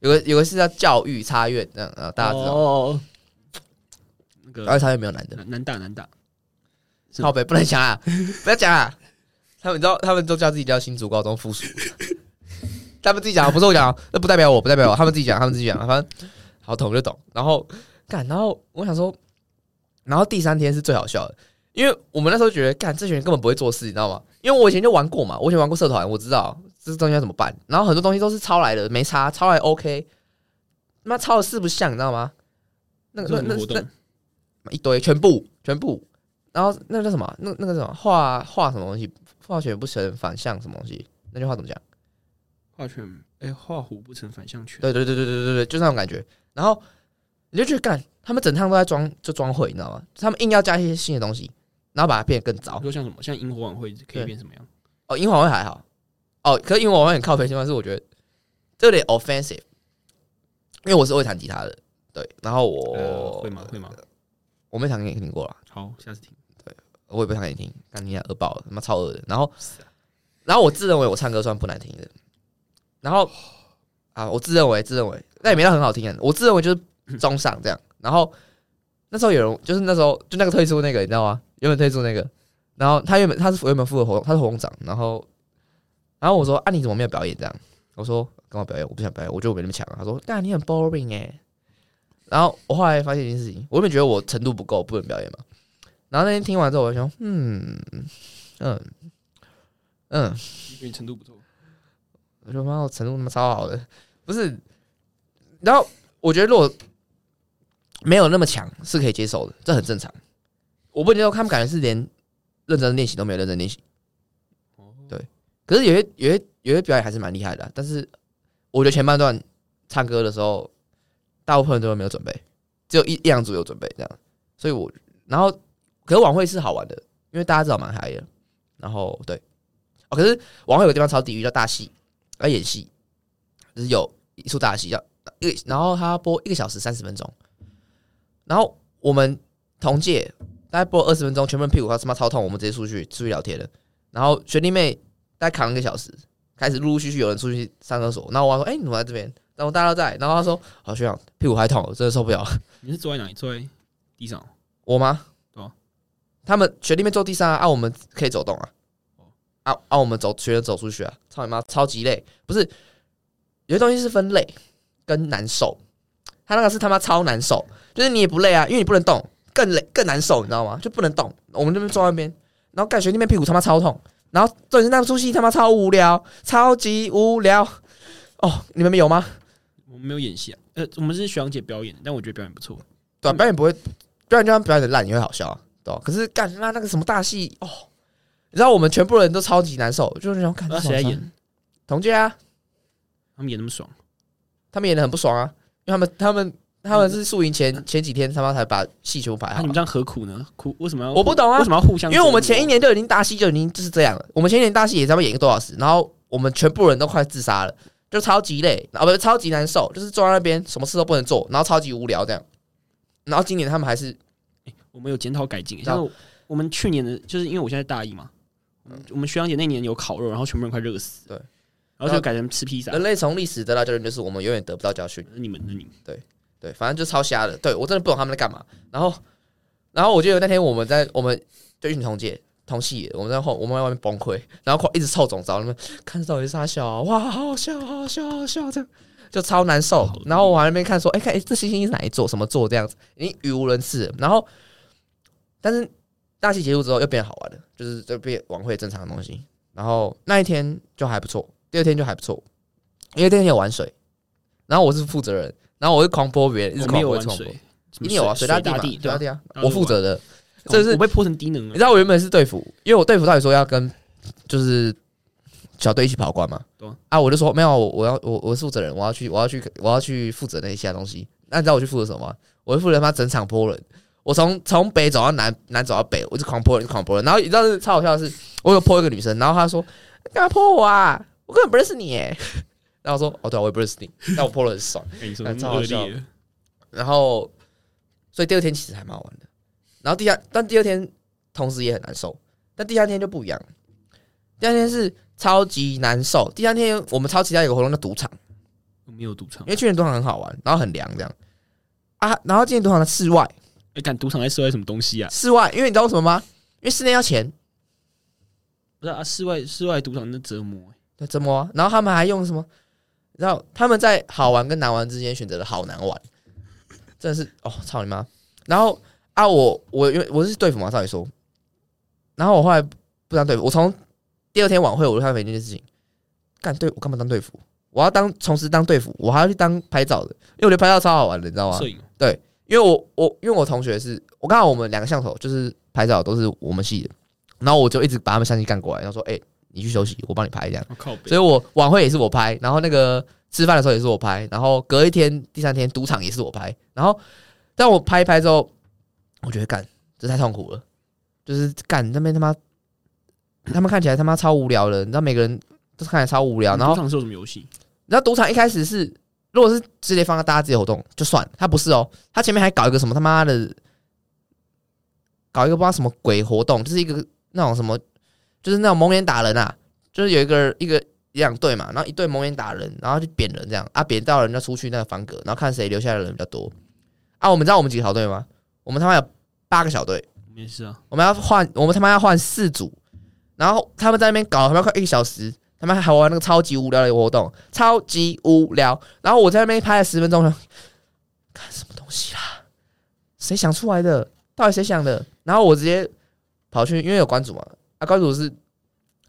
有个有个是叫教育差院这样啊，大家知道，啊
哦，
教育
那个
差院没有男的。
南南大南大，是
靠北不能讲啊， 不要讲啊！他们知道，他们都叫自己叫新竹高中附属，他们自己讲啊，不是我讲啊，那不代表我，不代表我，他们自己讲，他们自己讲啊，反正好懂就懂。然后干，然后我想说，然后第三天是最好笑的，因为我们那时候觉得干这群人根本不会做事，你知道吗？因为我以前就玩过嘛，我以前玩过社团，我知道这东西要怎么办。然后很多东西都是抄来的，没差，抄来 OK，他妈抄的四不像，你知道吗？那
做
个
什
那
么
那
活动
那？一堆，全部全部。然后那个叫什么？那那个叫什么化化什么东西？化学不成反向什么东西？那句话怎么讲？
画圈，哎，画虎不成反向犬。
对对对对对对对，就是那种感觉。然后你就觉得干，他们整趟都在装就装会，你知道吗？他们硬要加一些新的东西，然后把它变得更糟
你。说像什么？像萤火晚会可
对
以变什么样？
哦，英文会还好。哦，可是英文会很靠背，情况是我觉得这有点 offensive，因为我是会弹吉他的，对。然后我、
呃会吗？会吗？
我没弹给你听过啦，
好，下次听。
我也不想给你听，干你俩恶爆了，他妈超恶的。然后，然后我自认为我唱歌算不难听的，然后啊，我自认为自认为，但也没到很好听啊。我自认为就是中上这样。然后那时候有人，就是那时候就那个退出那个，你知道吗？原本退出那个，然后他原本他是原本负责活动，他是活动长，然后然后我说啊，你怎么没有表演这样？我说干嘛表演？我不想表演，我觉得我没那么强、啊。他说，但你很 boring 哎、然后我后来发现一件事情，我原本觉得我程度不够，不能表演嘛。然后那天听完之后，我就想，嗯嗯嗯，
因为程度不错。
我说妈，我程度他妈超好的，不是。然后我觉得如果没有那么强是可以接受的，这很正常。我不接受，他们感觉是连认真练习都没有认真练习。
哦，
可是有些有些有些表演还是蛮厉害的啊、但是我觉得前半段唱歌的时候，大部分人都没有准备，只有一一两组有准备这样。所以我然后，可是晚会是好玩的，因为大家知道蛮嗨的。然后对，哦，可是晚会有个地方超地狱叫大戏，要演戏，就是有一出大戏要一个，然后他播一个小时三十分钟，然后我们同届大概播二十分钟，全部人屁股他他妈超痛，我们直接出去出去聊天了。然后学弟妹大概扛了一个小时，开始陆陆续续有人出去上厕所。然后我还说：“哎、你怎么在这边？”然后大家都在。然后他说：“好、学长，屁股还痛，我真的受不了。
你是坐在哪里？坐在地上哦。”
我吗？
对啊
他们学弟妹坐地上啊，啊我们可以走动啊
哦。
啊啊，我们走学生走出去啊，操你妈，超级累。不是，有些东西是分累跟难受，他那个是他妈超难受，就是你也不累啊，因为你不能动，更累更难受，你知道吗？就不能动。我们这边坐那边，然后感觉那边屁股他妈超痛，然后重点是那出戏他妈超无聊，超级无聊。哦，你们有吗？
我们没有演戏啊，呃，我们是学长姐表演的，但我觉得表演不错。
对、啊，表演不会，不然就算表演的烂也会好笑、啊，对吧、可是干那那个什么大戏哦，你知道我们全部人都超级难受，就是想看
那啊谁在演？
同届啊，
他们演那么爽，
他们演的很不爽啊，因为他们他们他们是宿营前前几天他妈才把戏全部排
那、
好
嗯你们
啊、
这样何苦呢？苦为什么要？
我不懂啊
为什么要互相
因
折磨？
为我们前一年就已经大戏就已经就是这样了，我们前一年大戏也差不多演一个多小时，然后我们全部人都快自杀了，就超级累，啊不是超级难受，就是坐在那边什么事都不能做，然后超级无聊这样，然后今年他们还是
我们有检讨改进，
知道
像我我们去年的，就是因为我现在大一嘛，我们我们学长姐那年有烤肉，然后全部人快热死，
对，
然后就改成吃披萨。
人类从历史得到教训，就是我们永远得不到教训。
那你们，那你们，
对，反正就超瞎的。对我真的不懂他们在干嘛。然后，然后我记得那天我们在我们就一群同届同系，我们在后我们在外面崩溃，然后一直臭总招，他们看到底是啥笑啊、哇，好好笑，好好笑，好好笑，这样就超难受
好。
然后我还在那边看说，哎、看、哎这星星是哪一座，什么座这样子，已经语无伦次了。然后，但是大戏结束之后又变好玩了，就是就变晚会正常的东西。然后那一天就还不错，第二天就还不错，因为第二天有玩水，然后我是负责人，然后我就狂泼别人，一直
我没
狂
有
泼，
玩
一直狂泼
水，什么
一定有啊，水
水
大
大
嘛，水
对
大
啊
地啊，
大家
我
都
负责的。
哦
这是
我被泼成低能啊
你
了
知，道我原本是队服，因为我队服到底说要跟就是小队一起跑关嘛
对啊，
啊，我就说没有，我我要我我是负责人，我要去我要去我要去负责那些东西。那你知道我去负责什么吗？我就负责他妈整场泼人，我从从北走到南，南走到北，我就狂泼人，狂泼人。然后你知道是超好笑的是，我有泼一个女生，然后她说干嘛泼我啊？我根本不认识你耶。 然后我说哦对啊、我也不认识你，但我泼了很爽。
哎你说
哎
那
超
么
好
恶
笑
劣，
然后，所以第二天其实还蛮好玩的。然后第二，但第二天同时也很难受，但第三天就不一样了。第二天是超级难受，第三天我们超期待有个活动叫赌场，
我没有赌场
因，为去年赌场很好玩，然后很凉这样啊。然后今年赌场的室外，
哎，干赌场在室外什么东西啊？
室外，因为你知道为什么吗？因为室内要钱，
不是啊，室外室外赌场那折磨，
对怎么、啊？然后他们还用什么？你知道他们在好玩跟难玩之间选择了好难玩，真的是哦，操你妈！然后啊，我我因为我是对付嘛，照理说，然后我后来不当队服，我从第二天晚会我就发现一件事情，干对我干嘛当队服？我要当从事当队服，我还要去当拍照的，因为我觉得拍照超好啊玩的，你知道吗？
摄影
因为我我因为我同学是我刚好我们两个向头就是拍照都是我们系的，然后我就一直把他们相机干过来，然后说：“哎、你去休息，我帮你拍这样。”
我靠北，
所以我晚会也是我拍，然后那个吃饭的时候也是我拍，然后隔一天第三天赌场也是我拍，然后但我拍一拍之后，我觉得干这太痛苦了，就是干那边他妈他们看起来他妈超无聊的，你知道每个人都是看起来超无啊聊，然后
赌场是有什么游戏？
你知道赌场一开始是，如果是直接放到大家自由活动就算，他不是哦，他前面还搞一个什么他妈的，搞一个不知道什么鬼活动，就是一个那种什么，就是那种蒙眼打人啊，就是有一个一个一两队嘛，然后一队蒙眼打人，然后就扁人这样啊，扁到人家出去那个方格，然后看谁留下来的人比较多，啊，我们知道我们几个小队吗？我们他妈有八个小队，
我们也是啊，
我们要换，我们他妈要换四组，然后他们在那边搞他妈快一个小时，他们还玩那个超级无聊的活动，超级无聊。然后我在那边拍了十分钟，看什么东西啦？谁想出来的？到底谁想的？然后我直接跑去，因为有关主嘛，啊，关主是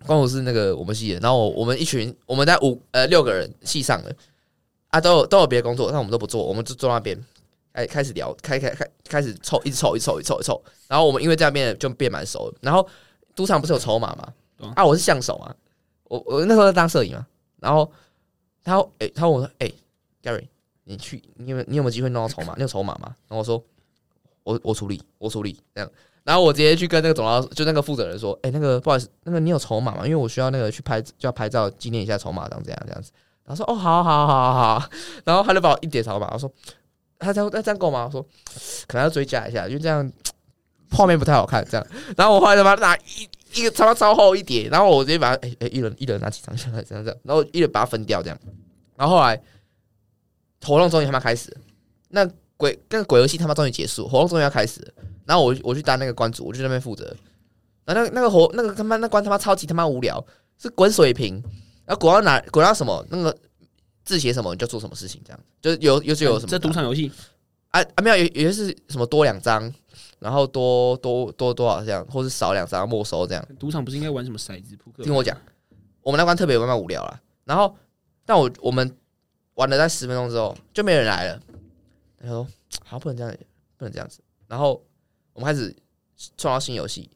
关主是那个我们系的，然后我我们一群我们在五呃六个人系上的，啊，都有都有别的工作，但我们都不做，我们就坐那边。哎，开始聊，开开开，开始凑，一直凑，一直凑，一直凑，一直凑。然后我们因为这样变得就变蛮熟的。然后赌场不是有筹码
懂
嘛？啊，我是相手啊，我我那时候在当摄影嘛。然后他说哎、他问我说，哎、g a r y 你去，你有没有你有没有机会弄到筹码？你有筹码吗？然后我说，我我处理，我处理这样。然后我直接去跟那个总导，就那个负责人说，哎、那个不好意思，那个你有筹码吗？因为我需要那个去拍，就要拍照纪念一下筹码，这样这样这样子。然后说，哦，好好好好好。然后他就把我一叠筹码，我说，他这样那这样够吗？我说，可能要追加一下，因为这样画面不太好看。这样，然后我后来他妈拿一一个他妈超厚一叠，然后我直接把它哎哎一人一人拿几张，这样这样这样，然后一人把它分掉这样。然后后来活动终于他妈开始了，那鬼那个鬼游戏他妈终于结束，活动终于要开始了。然后我我去当那个关主，我去那边负责。然后那个那个活那个他妈那关他妈超级他妈无聊，是滚水瓶，然后滚到哪滚到什么那个字写什么你就做什么事情，这样就是有有就有什么
哎这赌场游戏
啊啊没有，有有些是什么多两张，然后多多多多少这样，或是少两张没收这样。
赌场不是应该玩什么骰子扑克？
听我讲，我们那关特别慢慢无聊了。然后，但我我们玩了在十分钟之后就没人来了，然后好像不能这样，不能这样子。然后我们开始创造新游戏，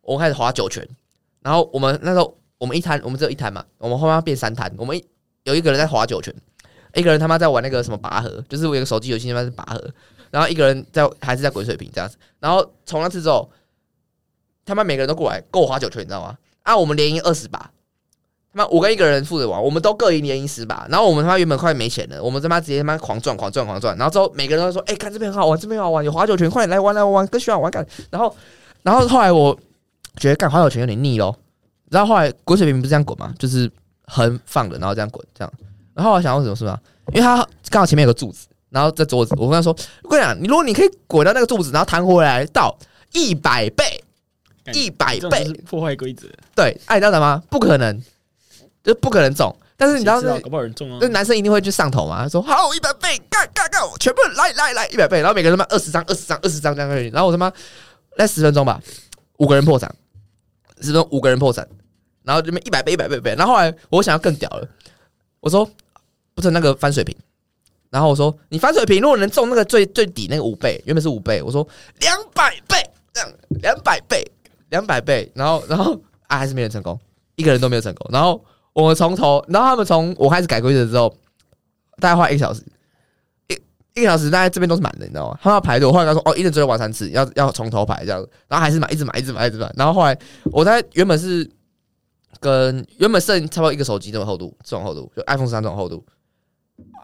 我们开始划九圈。然后我们那时候我们一摊，我们只有一摊嘛，我们后面要变三摊。我们一有一个人在划九圈，一个人他妈在玩那个什么拔河，就是我有一个手机游戏他妈是拔河，然后一个人在还是在滚水瓶这样子。然后从那次之后，他妈每个人都过来跟我划九圈，你知道吗？啊，我们连赢二十把，他妈我跟一个人负责玩，我们都各赢连赢十把，然后我们他妈原本快没钱了，我们他妈直接他妈狂赚狂赚狂赚，然后之后每个人都说，哎、看这边很好玩，这边很好玩，有划九圈，快点来玩来玩，更喜欢玩干，然后然后后来我觉得干划九圈有点腻咯，然后后来滚水瓶不是这样滚嘛，就是横放的，然后这样滚这样，然后我想要什么事吗？因为他刚好前面有个柱子，然后在桌子，我跟他说，我跟你讲，你如果你可以滚到那个柱子，然后弹回来到一百倍，
干
一百
哎这种
倍
就，是破坏规则，
对，爱到什么？不可能，就不可能中。但是你知道
谁
那
搞不好有人中啊
那。男生一定会去上头嘛？他说好一百倍，干干干，全部来来来一百倍，然后每个人他妈二十张、二十张、二十张这样而已。然后我他妈那十分钟吧，五个人破产，十分钟五个人破产，然后这边一百倍、一百倍、一百倍。然后后来我想要更屌了，我说不是那个翻水瓶，然后我说你翻水瓶，如果能中那个最最底那个五倍，原本是五倍，我说两百倍这样，两百倍，两百倍，然后然后啊还是没人成功，一个人都没有成功。然后我们从头，然后他们从我开始改规则之后，大概花一个小时，一一个小时大概这边都是满的，你知道吗？他们要排队，我后来跟他说哦，一人只能玩三次，要要从头排这样，然后还是买，一直买，一直买，一直买。然后后来我在原本是跟原本剩差不多一个手机这种厚度，这种厚度就 iPhone 三这种厚度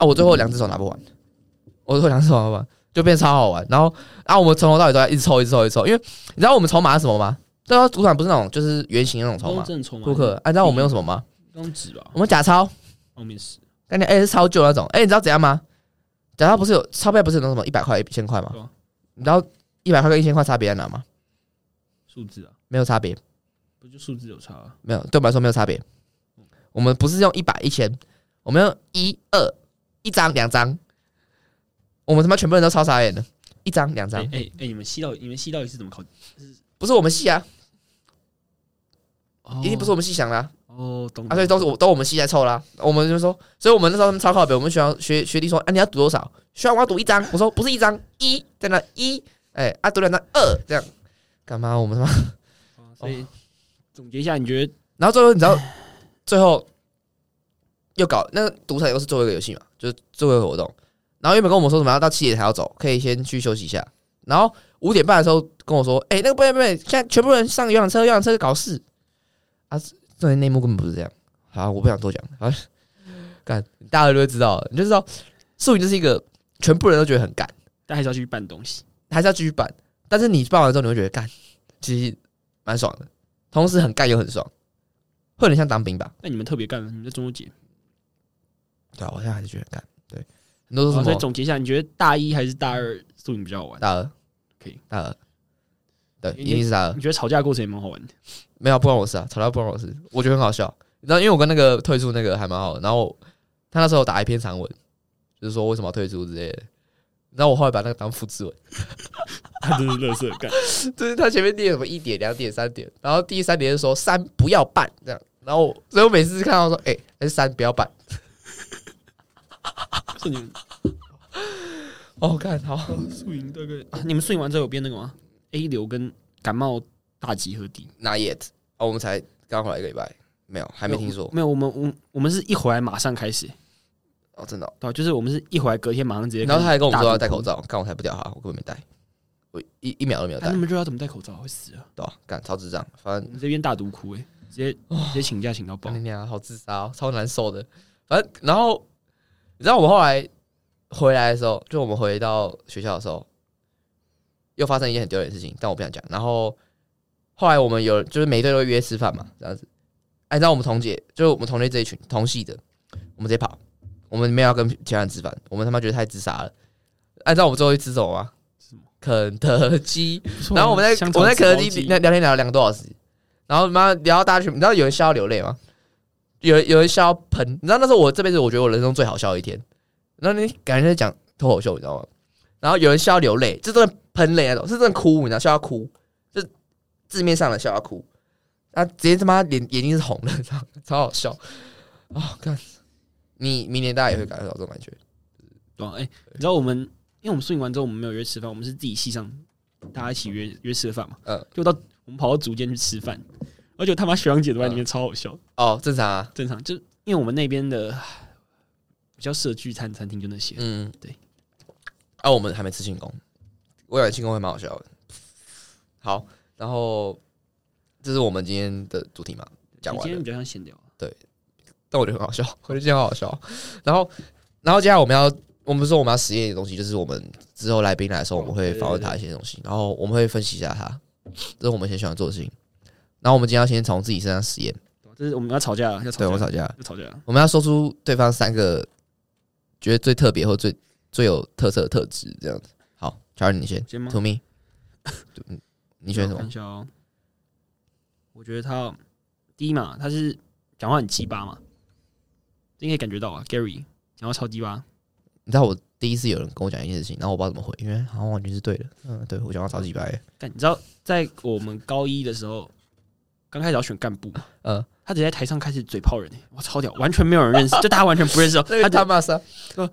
啊，我最后两只手拿不完，我最后两只手拿不完。就变超好玩，然后啊，我们从头到尾都在一直抽，一直抽，一直抽，因为你知道我们筹码是什么吗？对啊，赌场不是那种就是圆形的那种筹
都
码
是，正筹码，
扑克，按、啊、照我们用什么吗？
刚纸吧，
我们假钞，
后面是
感觉哎是超旧那种。哎、你知道怎样吗？假钞不是有钞票不是有那什么一百块一千块吗
对啊？
你知道一百块跟一千块差别在哪吗？
数字啊，
没有差别，
不就数字有差啊？
没有，对我们来说没有差别。我们不是用一百一千，我们用一二一张两张，我们他妈全部人都超傻眼的，一张两张
哎，哎哎，你们系到你们系到底是怎么考？
不是我们系啊，
哦
一定不是我们系想的、啊。
哦，懂
啊，所以都是我都我们系在凑啦。我们就说，所以我们那时候他们超靠北，我们学校学学弟说，啊，你要赌多少？学校我要赌一张，我说不是一张，一在那一，哎、啊，赌两张二这样，干嘛？我们他妈，
哦所以总结一下，你觉得
然后最后你知道， 最后又搞那个赌场又是最后一个游戏嘛，就是最后一个活动。然后原本跟我们说什么要到七点才要走，可以先去休息一下。然后五点半的时候跟我说，哎、那个不对不对，现在全部人上游览车，游览车搞事啊！这内幕根本不是这样。好，我不想多讲。 好，干，大家都会知道，你就知道，素云就是一个全部人都觉得很干，
大家还是要去办东西，
还是要继续办。但是你办完之后，你会觉得干，其实蛮爽的，同时很干又很爽，会很像当兵吧。
那你们特别干，你们在中秋节
对啊，我现在还是觉得很干。对，你都
好
说什
哦所以
么？
总结一下，你觉得大一还是大二宿营比较好玩？
大二
可以，
大二，对，
你
一定是大二
你。觉得吵架过程也蛮好玩的？
没有，不关我事啊，吵架不关我事，我觉得很好笑。然后因为我跟那个退出那个还蛮好的，然后他那时候打一篇长文，就是说为什么要退出之类的。然后我后来把那个当复制文， 啊
他真是乐色干。
就是他前面念什么一点、两点、三点，然后第三点是说三不要办这样。然后我所以我每次看到说，哎、还是三不要办。
是你们
哦，看好，
宿营大概、啊你们宿营完之后有变那个吗？A 流跟感冒大集合地
那 yet 哦，我们才刚回来一个礼拜，没有，还没听说
没有，我们我我们是一回来马上开始，
哦，真的哦、
对啊，就是我们是一回来隔天马上直接。
然后他还跟我们说要戴口，罩，看我才不屌哈，我根本没戴，我一一秒都没有戴
那，么热要怎么戴口罩？会死啊！
对吧、干超智障，反正
我们这边大毒哭哎、直接
哦
直接请假请到爆
干你。娘，好自杀、哦，超难受的。反正，然后你知道我们后来回来的时候，就我们回到学校的时候，又发生一件很丢脸的事情，但我不想讲。然后后来我们有就是每一队都会约吃饭嘛，这样子。哎按照我们同姐，就是我们同类这一群同系的，我们直接跑，我们没有要跟其他人吃饭，啊我们他妈觉得太自杀了。按照我们最后一吃什么吗
吃什么？
肯德基。
不错 啊
然后我们在
香肠
我在肯德
吃
基
包
聊聊天聊了两个多小时，然后妈聊到大家去，你知道有人笑到流泪吗？有人有人笑到喷，你知道那时候我这辈子我觉得我人生中最好笑的一天，然后你感觉在讲脱口秀，你知道吗？然后有人笑到流泪，就真的喷泪那啊种，是真的哭，你知道笑到哭，就字面上的笑到哭，他直接他妈脸眼睛是红的，超超好笑啊！看、你明年大家也会感受到这种感觉，
对啊，哎、你知道我们，因为我们宿营完之后，我们没有约吃饭，我们是自己系上大家一起约约吃个饭嘛。
嗯
就到我们跑到竹间去吃饭，而且他妈学长姐都在里面，超好笑。
哦，正常啊，
正常，就因为我们那边的唉比较适合聚餐餐厅就那些，
嗯，
对。
啊，我们还没吃庆功，我感觉庆功会蛮好笑的。好，然后这是我们今天的主题嘛，讲
今
完
天
了
比，较像闲聊。啊
但我觉得很好笑，我觉得今天很好笑。然后，然后接下来我们要，我们说我们要实验一个东西，就是我们之后来宾来的时候，我们
对
会
对
访问他一些东西，然后我们会分析一下他，这是我们很喜欢做的事情。然后我们今天要先从自己身上实验，
对吧这是我们要吵架，啊要吵架，
对我们吵架，
要吵架。啊
我们要说出对方三个觉得最特别或最最有特色的特质，这样子。好，Charlie 你先
先吗
，To me，嗯你选什
我看
么
一？下哦。我觉得他第一嘛，他是讲话很鸡巴嘛，你可以感觉到啊，Gary 讲话超鸡巴，
你知道我第一次有人跟我讲一件事情，然后我不知道怎么回，因为好像完全是对的。嗯，对我讲话超级白。
但你知道，在我们高一的时候，刚开始要选干部嘛，
嗯，
他直接在台上开始嘴炮人、欸，哇，超屌，完全没有人认识，就大家完全不 认识哦。他
他
他
骂啥？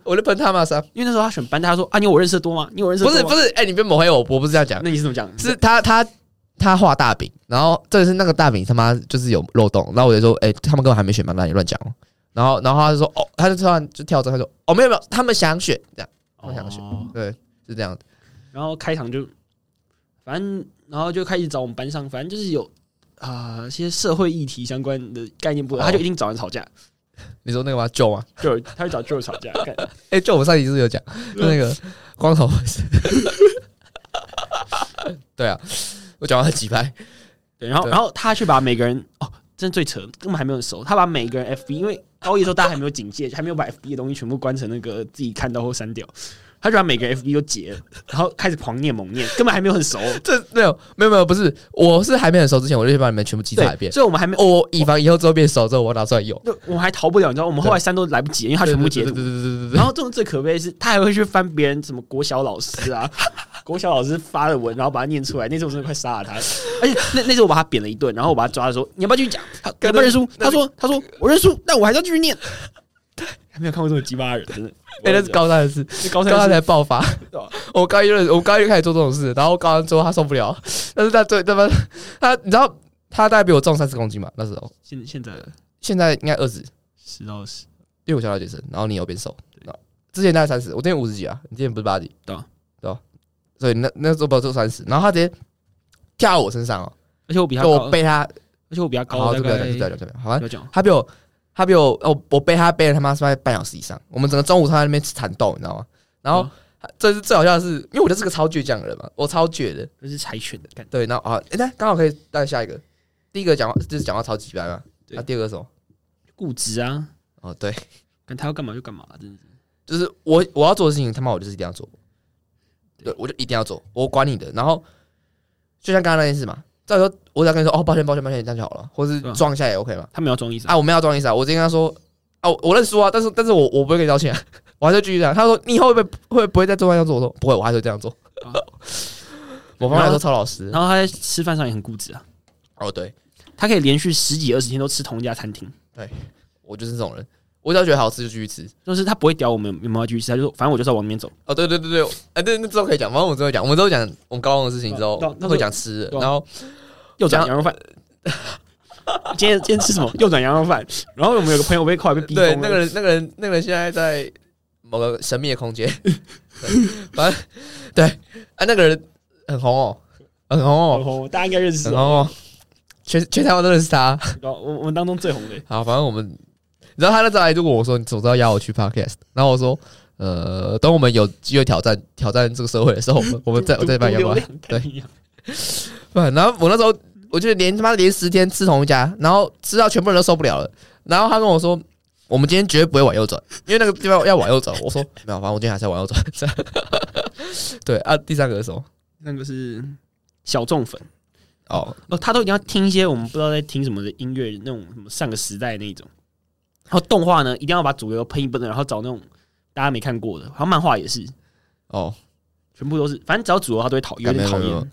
我在喷他骂啥？
因为那时候他选班，大家说啊，你有我认识的多吗？你有我认识的
不
多
是
吗
不是，哎，你别抹黑我，我不是这样讲，
那你是怎么讲？
是他他他画大饼，然后这是那个大饼他妈就是有漏洞，然后我就说，哎，他们根本还没选嘛，那你乱讲哦。然后然后他就说，哦，他就突然就跳出来，他说，哦，没有没有，他们想选，这样我想选
哦
是这样的。
然后开场就，反正然后就开始找我们班上，反正就是有啊、一些社会议题相关的概念不，
哦
他就一定找人吵架，
你说那个吗？Joe 吗？
就他就找 Joe 吵 架，干
哎、就我们上一次有讲，就那个光头文士。对啊，我讲了几拍，
对，然后
对
然后他去把每个人哦，真的最扯，根本还没有熟，他把每个人 FB，因为高一的时候大家还没有警戒，还没有把 FB 的东西全部关成那个自己看到或删掉，他就把每个人 FB 都截了，然后开始狂念猛念，根本还没有很 熟，
这没有没有没有，不是，我是还没很熟之前，我就先把你们全部记在一
对，
遍。
所以我们还没有。
我以防以后之后变熟之后，我拿出来用。
就我们还逃不了，你知道，我们后来删都来不及，因为他全部截
对
图
对。对对对对对
然后这种最可悲的是，他还会去翻别人什么国小老师啊， 国小老师发的文，然后把它念出来。那次我真的快杀了他，而且那那次我把他扁了一顿，然后我把他抓的时候，你要不要继续讲？他要
刚才
不要认输？
那
他说他说我认输，但我还是要继续念。还没有看过这么鸡巴的人，真 的。
哎、那是高三的事，
那
高
高三的
三
事
才爆发
对啊。
我高一就我高一就开始做这种事，然后高三之后他受不了， 但是他最他妈他你知道他大概比我重三十公斤嘛？那时候
现现在
现在应该二十，
十到十，
因为我想到健身，然后你有变瘦，然后之前大概三十，我之前五十几啊，你之前不是八几，
对啊
对吧？所以那那时候不到做三十，然后他直接跳到我身上哦，
而且我比他
就我
高，
背他，
而且我比他
好，
高
这
大
不要讲，
概
这不要讲，这不要讲，好吧
不？要讲，
他比我，他比我，哦，我背他背了他妈是大概半小时以上，我们整个中午他在那边缠斗，你知道吗？然后
嗯
这是最好笑的是，因为我就是个超倔强的人嘛，我超倔的，
这是柴犬的干。
对，然后啊，诶那刚好可以带下一个，第一个讲话就是讲话超级白嘛，啊
对
那第二个是什么？
固执啊，
哦，对，
干他要干嘛就干嘛，真的是。
就是我我要做的事情，他妈我就是一定要做，对我就一定要做，我管你的。然后就像刚刚那件事嘛，到时候我只要跟你说哦，抱歉抱歉抱歉，这样就好了，或是
对啊
撞一下也 OK 嘛。
他们要装意思啊，
啊，我没有装意思啊，我直接跟他说啊，我我认输啊，但是但是我我不会跟你道歉、啊， 我还是继续这样。他说你以后会不会会不会再做这样做？我说不会，我还是会这样做。
啊
我方面来说超老实
然后他在吃饭上也很固执啊，
哦，对
他可以连续十几二十天都吃同一家餐厅，
我就是这种人，我只要觉得好吃就继续吃。
就是他不会屌我们有没有要继续吃，他就说反正我就是要往里面走。
哦，对对对对，哎、对，那之后可以讲，反正我们之后讲，我们之后讲我们高中的事情之后
对啊那时候
会讲吃的，
对啊
然后
右转羊肉饭。 今天今天吃什么？右转羊肉饭。然后我们有个朋友被快被逼疯了
对，那个人，那个人，那个人现在在某个神秘的空间， 对反正对啊，那个人很红哦，很红
很
哦，
红，大家应该认识
很
吧。
红哦，全全台湾都认识他。
然后我我们当中最红的欸，
好，反正我们，你知道他那时候还就问我说，你总知道邀我去 podcast，然后我说，呃，等我们有机会挑战挑战这个社会的时候，我们我们再我再办要不
流
然
量太一样
不然，然后我那时候我就连他妈连十天吃同一家，然后吃到全部人都受不了了。然后他跟我说，我们今天绝对不会往右转，因为那个地方要往右转。我说没有，反正我今天还是要往右转。 这样对啊，第三个是什么？
那个是小众粉
哦，
哦，他都一定要听一些我们不知道在听什么的音乐，那种什么上个时代那一种。然后动画呢，一定要把主流喷一喷的，然后找那种大家没看过的，好像漫画也是，
哦，
全部都是，反正只要主流他都会讨有点
没有
讨
没有没
厌
有。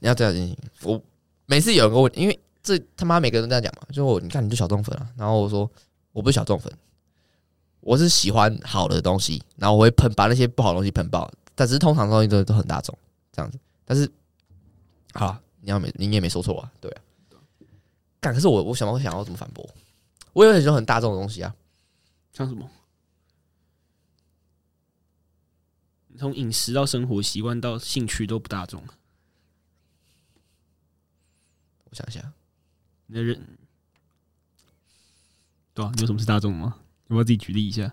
你要这样进行。我每次有人跟我，因为这他妈每个人都这样讲嘛，就我你看你就小众粉啊，然后我说我不是小众粉，我是喜欢好的东西，然后我会喷把那些不好的东西喷爆，但只是通常东西都都很大众这样子，但是好啊，你要没你也没说错啊，对啊，干可是我我想我想要怎么反驳？我有很多很大众的东西啊，
像什么？你从饮食到生活习惯到兴趣都不大众，
我想一下，
你的
嗯
人对啊，你有什么是大众吗？要不要自己举例一下？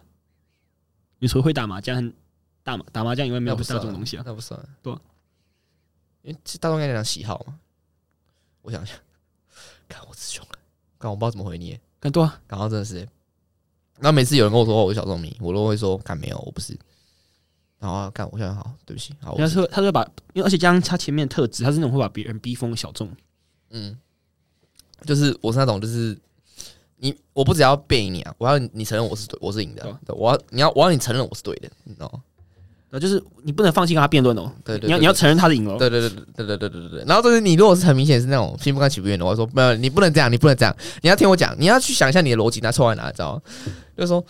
你除了会打麻将和打麻打麻将以外，没
那
有
不
大
算
众的东西啊？
那不算，
对啊
因为其实大众应该讲喜好嘛。我想一下，看我词穷了，看我不知道怎么回你耶，
干对啊，
然后真的是，然后每次有人跟我说哦我是小众迷，我都会说看没有，我不是。然后看我想想好，对不起，好，哦我
他
不是
说他说把，因为而且加上他前面的特质，他是那种会把别人逼疯的小众，
嗯，就是我是那种就是。你我不只要背你啊，我要你承认我是对，我是赢的
对
啊
啊，
对我要你要我要你承认我是对的，你知道吗？
然后啊就是你不能放弃跟他辩论哦，
对对
你要
对
你要承认他的赢了哦，
对对对对对对对对对。然后就是你如果是很明显是那种心不甘情不愿的，我会说没有，你不能这样，你不能这样，你要听我讲，你要去想一下你的逻辑，那错在哪，知道吗？就是说，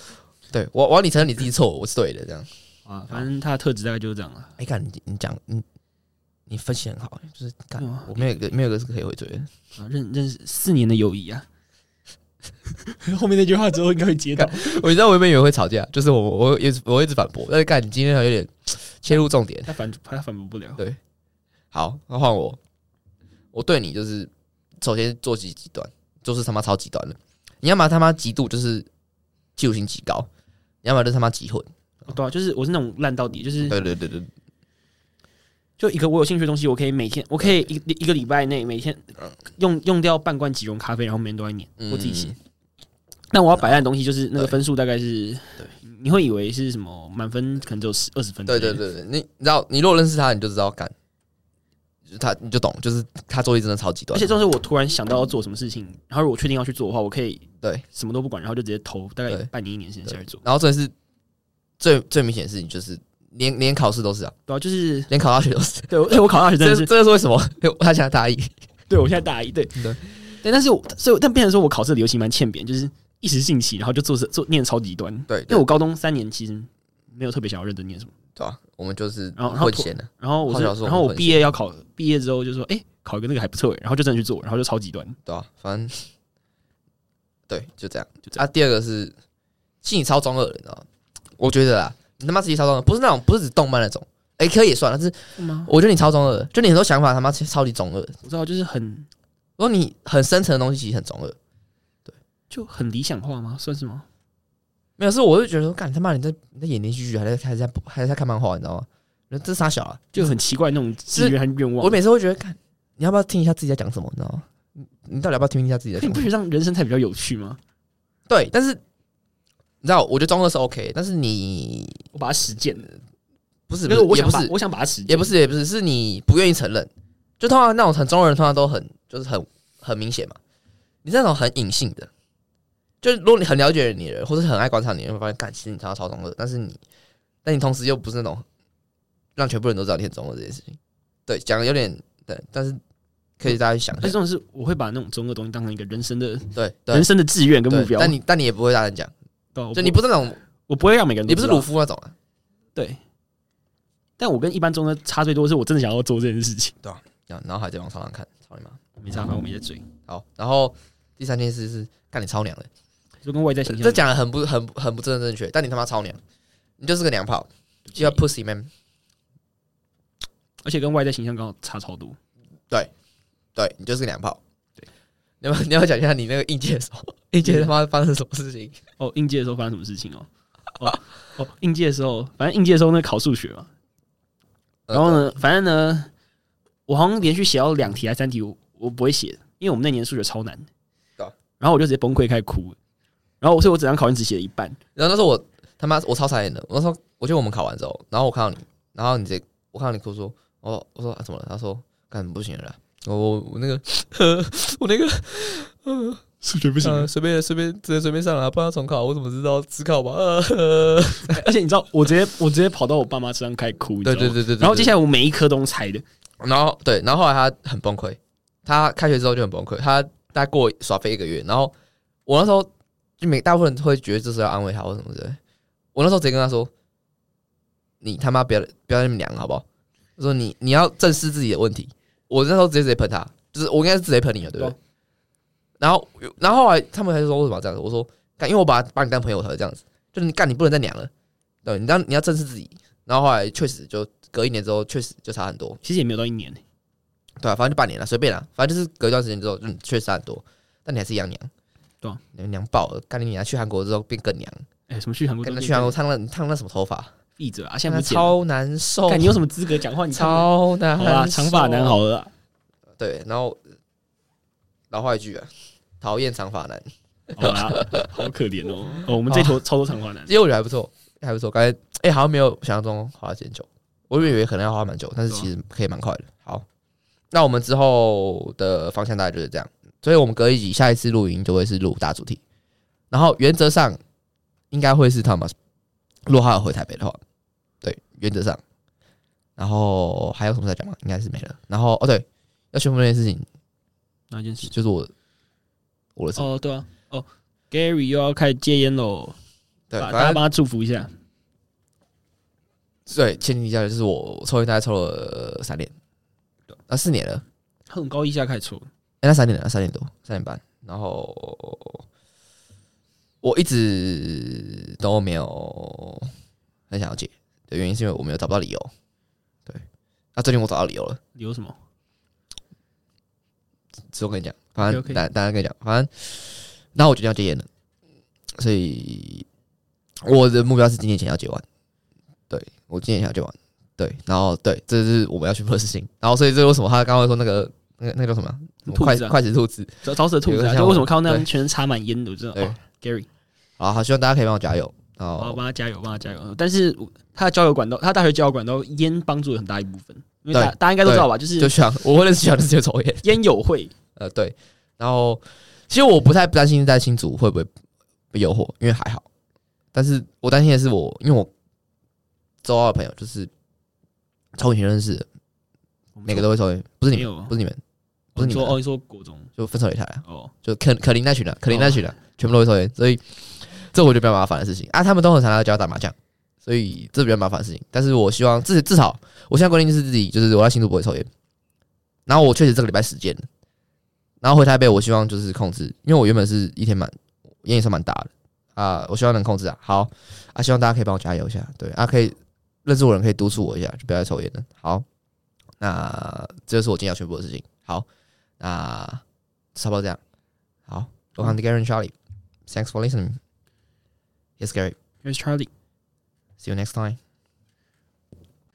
对我我要你承认你自己错，我是对的，这样。
啊，反正他的特质大概就是这样了。
哎、看你你讲你你分析很好、就是看
哇
我没有一个没有一个是可以回嘴的。
啊，认认识四年的友谊啊。 后面那句话之后应该会接到，
我知道我原本以为会吵架，就是我我我一直我一直反驳，但是看你今天好像有点切入重点。
他反他反驳不了。
好，那换我。我对你就是，首先做极极端，就是他妈超极端的。你要么他妈极度就是嫉妒心极高，你要么就是他妈极混。
对啊，就是我是那种烂到底，就是
对对对对，
就一个我有兴趣的东西，我可以每天，我可以一一个礼拜内每天用用掉半罐即溶咖啡，然后每天都在念，
嗯
我自己写。但我要摆烂的东西就是那个分数大概是，你会以为是什么满分可能只有十二十分之
对
类
对
的，
对对，你你知道，你如果认识他，你就知道干，就是他你就懂，就是他做力真的超极端。
而且这种是我突然想到要做什么事情，然后如果确定要去做的话，我可以
对，
什么都不管，然后就直接投大概
对
半年一年时间下去做，
然后这是最最明显的事情，就是连连考试都是啊，
对啊，就是
连考大学都是。
对，而且我考大学真
这
的
是
是，
这是为什么？ 他现在大一，
对我现在大一，对
对
对，但是我所以但变成说我考试的游戏蛮欠扁，就是一时兴起，然后就做事做念超极端，
对，
因为我高中三年其实没有特别想要认真念什么，
对吧？我们就是
然后然后
混钱的，
然后我
好
是
小时候
然后
我
我
很
毕业要考，毕业之后就说，哎、考一个那个还不错、欸，然后就真的去做，然后就超极端，
对吧？反正对，就这样。
就这样
啊，第二个是心理超中二的，你知道吗？我觉得啦，你他妈自己超中二，不是那种不是指动漫那种，哎，可以也算了，但是
吗？
我觉得你超中二的，就你很多想法他妈超级中二的，
我知道，就是很
如果你很深层的东西其实很中二。
就很理想化吗？算是吗？
没有，是我就觉得说，干他妈你在你在演连续剧，还在还在还在看漫画，你知道吗？这是傻小啊，
就很奇怪那种志愿和愿
我
望。
每次会觉得，看你要不要听一下自己在讲什么，你知道吗？ 你你到底要不要听一下自己在
你
讲什
不觉
么？
得让人生才比较有趣吗？
对，但是你知道，我觉得中二是 OK，但是你
我把它实践了，
不是
就
不
是
是
我
也
想
不
把
是
我想把它实践，
也不是也不是，是你不愿意承认。就通常那种很中二的人，通常都很就是很很明显嘛。你这种很隐性的，就是如果你很了解你的人，或是很爱观察你的人，会发现，感其实你常常超中二，但是你，但你同时又不是那种让全部人都知道你很中二这件事情。对，讲的有点对，但是可以大家去想一下
但是。这种是我会把那种中二东西当成一个人生的
对对
嗯人生的志愿跟目
对，
标。
但你但你也不会大声讲，
对啊我不
就你不是那种，
我不会让每个人都
你不是
知道
鲁夫那种啊。
对，但我跟一般中二差最多的是我真的想要做这件事情，
这样然后还在往上看，操你妈！
没差，反正我没在追，
好，然后第三件事是干你超娘的。
就跟外在形象
这讲的很不很不很不正正确，但你他妈超娘，你就是个娘炮，就要 pussy man。
而且跟外在形象刚好差超多。
对你就是个娘炮。
对，
你要不要你要不要讲一下你那个应届的时候， 应届他妈发生什么事 情？
哦，应届的时候发生什么事情哦？哦哦，应届的时候，反正应届的时候那考数学嘛，
呃
然后呢，反正呢，我好像连续写到两题还三题，我我不会写，因为我们那年数学超难
对啊。
然后我就直接崩溃开始哭，然后所以我整张考卷只写了一半，
然后那时候我他妈我超傻眼的，我那时候我记得我们考完之后，然后我看到你，然后你直接我看到你哭说，哦，我说、啊、怎么了？他说干不行了啦，我我我那个 我 那个
数学不
呃随、便随便直接随便上了，不然要重考，我怎么知道只考吧？呃，
而且你知道，我直接我直接跑到我爸妈身上开始哭，你知道
对
吗
对对对对，
然后接
对
下来我每一科都猜的，
然后对，然后后来他很崩溃，他开学之后就很崩溃，他大概过耍飞一个月，然后我那时候就每大部分人会觉得这是要安慰他或什么之类，我那时候直接跟他说：“你他妈不要不要那么娘好不好？”我说你你要正视自己的问题。我那时候直接直接喷他，就是我应该是直接喷你了，对不对？
对
然后然后后来他们还是说为什么要这样子？我说干，因为我把把你当朋友，我才会这样子。就是你干，你不能再娘了，对，你当你要正视自己。然后后来确实就隔一年之后，确实就差很多。
其实也没有到一年、
对、啊，反正就半年了，随便啦，反正就是隔一段时间之后，嗯，确实差很多，但你还是一样娘，
对啊
你娘爆了，干你娘！去韩国之后变更娘，
哎、什么去韩国都
跟
可
他
以？
去韩国烫了，你烫那什么头发？
闭嘴啊！现
干他
在不超，
超难受，
看你有什么资格讲话？你看我
超难
好啦，长发男
受
好了啊，
对，然后呃老话一句啊，讨厌长发男，
好啦，好可怜哦。哦，我们这头超多长发男，
因为我觉得还不错，还不错，感觉哎、好像没有想象中花时间久，我以为可能要花蛮久，
啊
但是其实可以蛮快的。好，那我们之后的方向大概就是这样，所以我们隔一集下一次录音就会是录大主题，然后原则上应该会是 Thomas，如果他有回台北的话，对，原则上，然后还有什么在讲吗？应该是没了。然后哦对，要宣布那件事情
哪件事？
就是我我的事，
哦，对啊，哦，Gary 又要开始戒烟喽，
对，
把
反
大家
正
帮他祝福一下。
对，前提下就是我抽烟大概抽了三年，啊四年了，
他从高一下开始抽，
哎、那三点了，三点多，三点半，然后我一直都没有很想要戒的原因，是因为我没有找不到理由。对，那、最近我找到理由了，
留什么？
之后跟你讲，反正
OK，OK
大大家跟你讲，反正，然后我决定要戒烟了，所以我的目标是今年前要戒完。对我今年前要戒完，对，然后对，这是我们要去做的事情。然后所以这是为什么他刚刚会说那个那个那个叫什么啊什么
兔
快
子啊
快食兔子，
找找死的兔子
有个
啊！
像
就为什么看到那
对
样全身插满烟的，我知道。
对哦
哦 Gary，
好好，希望大家可以帮我加油。然
我
后
要帮他加油，帮他加油。但是我他的交友管道，他大学交友管道烟帮助了很大一部分，因为大
对
大家应该都知道吧？就是
就想我为了想就是抽烟，
烟友会，
呃，对。然后其实我不太担心在新竹会不会被诱惑，因为还好。但是我担心的是我，因为我周二的朋友就是从以前认识的，
我们
每个都会抽烟，不是你
没有
们
啊，
不是你们，不
哦
是
你
你们
说
啊
哦，你说国中
就分手擂台啊，
哦，
就可可林那群的、可林那群的、全部都会抽烟，所以这我觉得比较麻烦的事情啊。他们都很常来教我打麻将，所以这比较麻烦的事情。但是我希望至至少我现在规定就是自己就是我在新竹不会抽烟，然后我确实这个礼拜实践了，然后回台北我希望就是控制，因为我原本是一天蛮烟也算蛮大的啊，我希望能控制啊。好啊，希望大家可以帮我加油一下，对啊，可以认识我的人可以督促我一下，就不要再抽烟了。好，那这就是我今天要宣布的事情。好，那差不多这样。好，Welcome to Gary and Charlie. Thanks for listening. Yes, Gary.
Here's Charlie。
See you next time.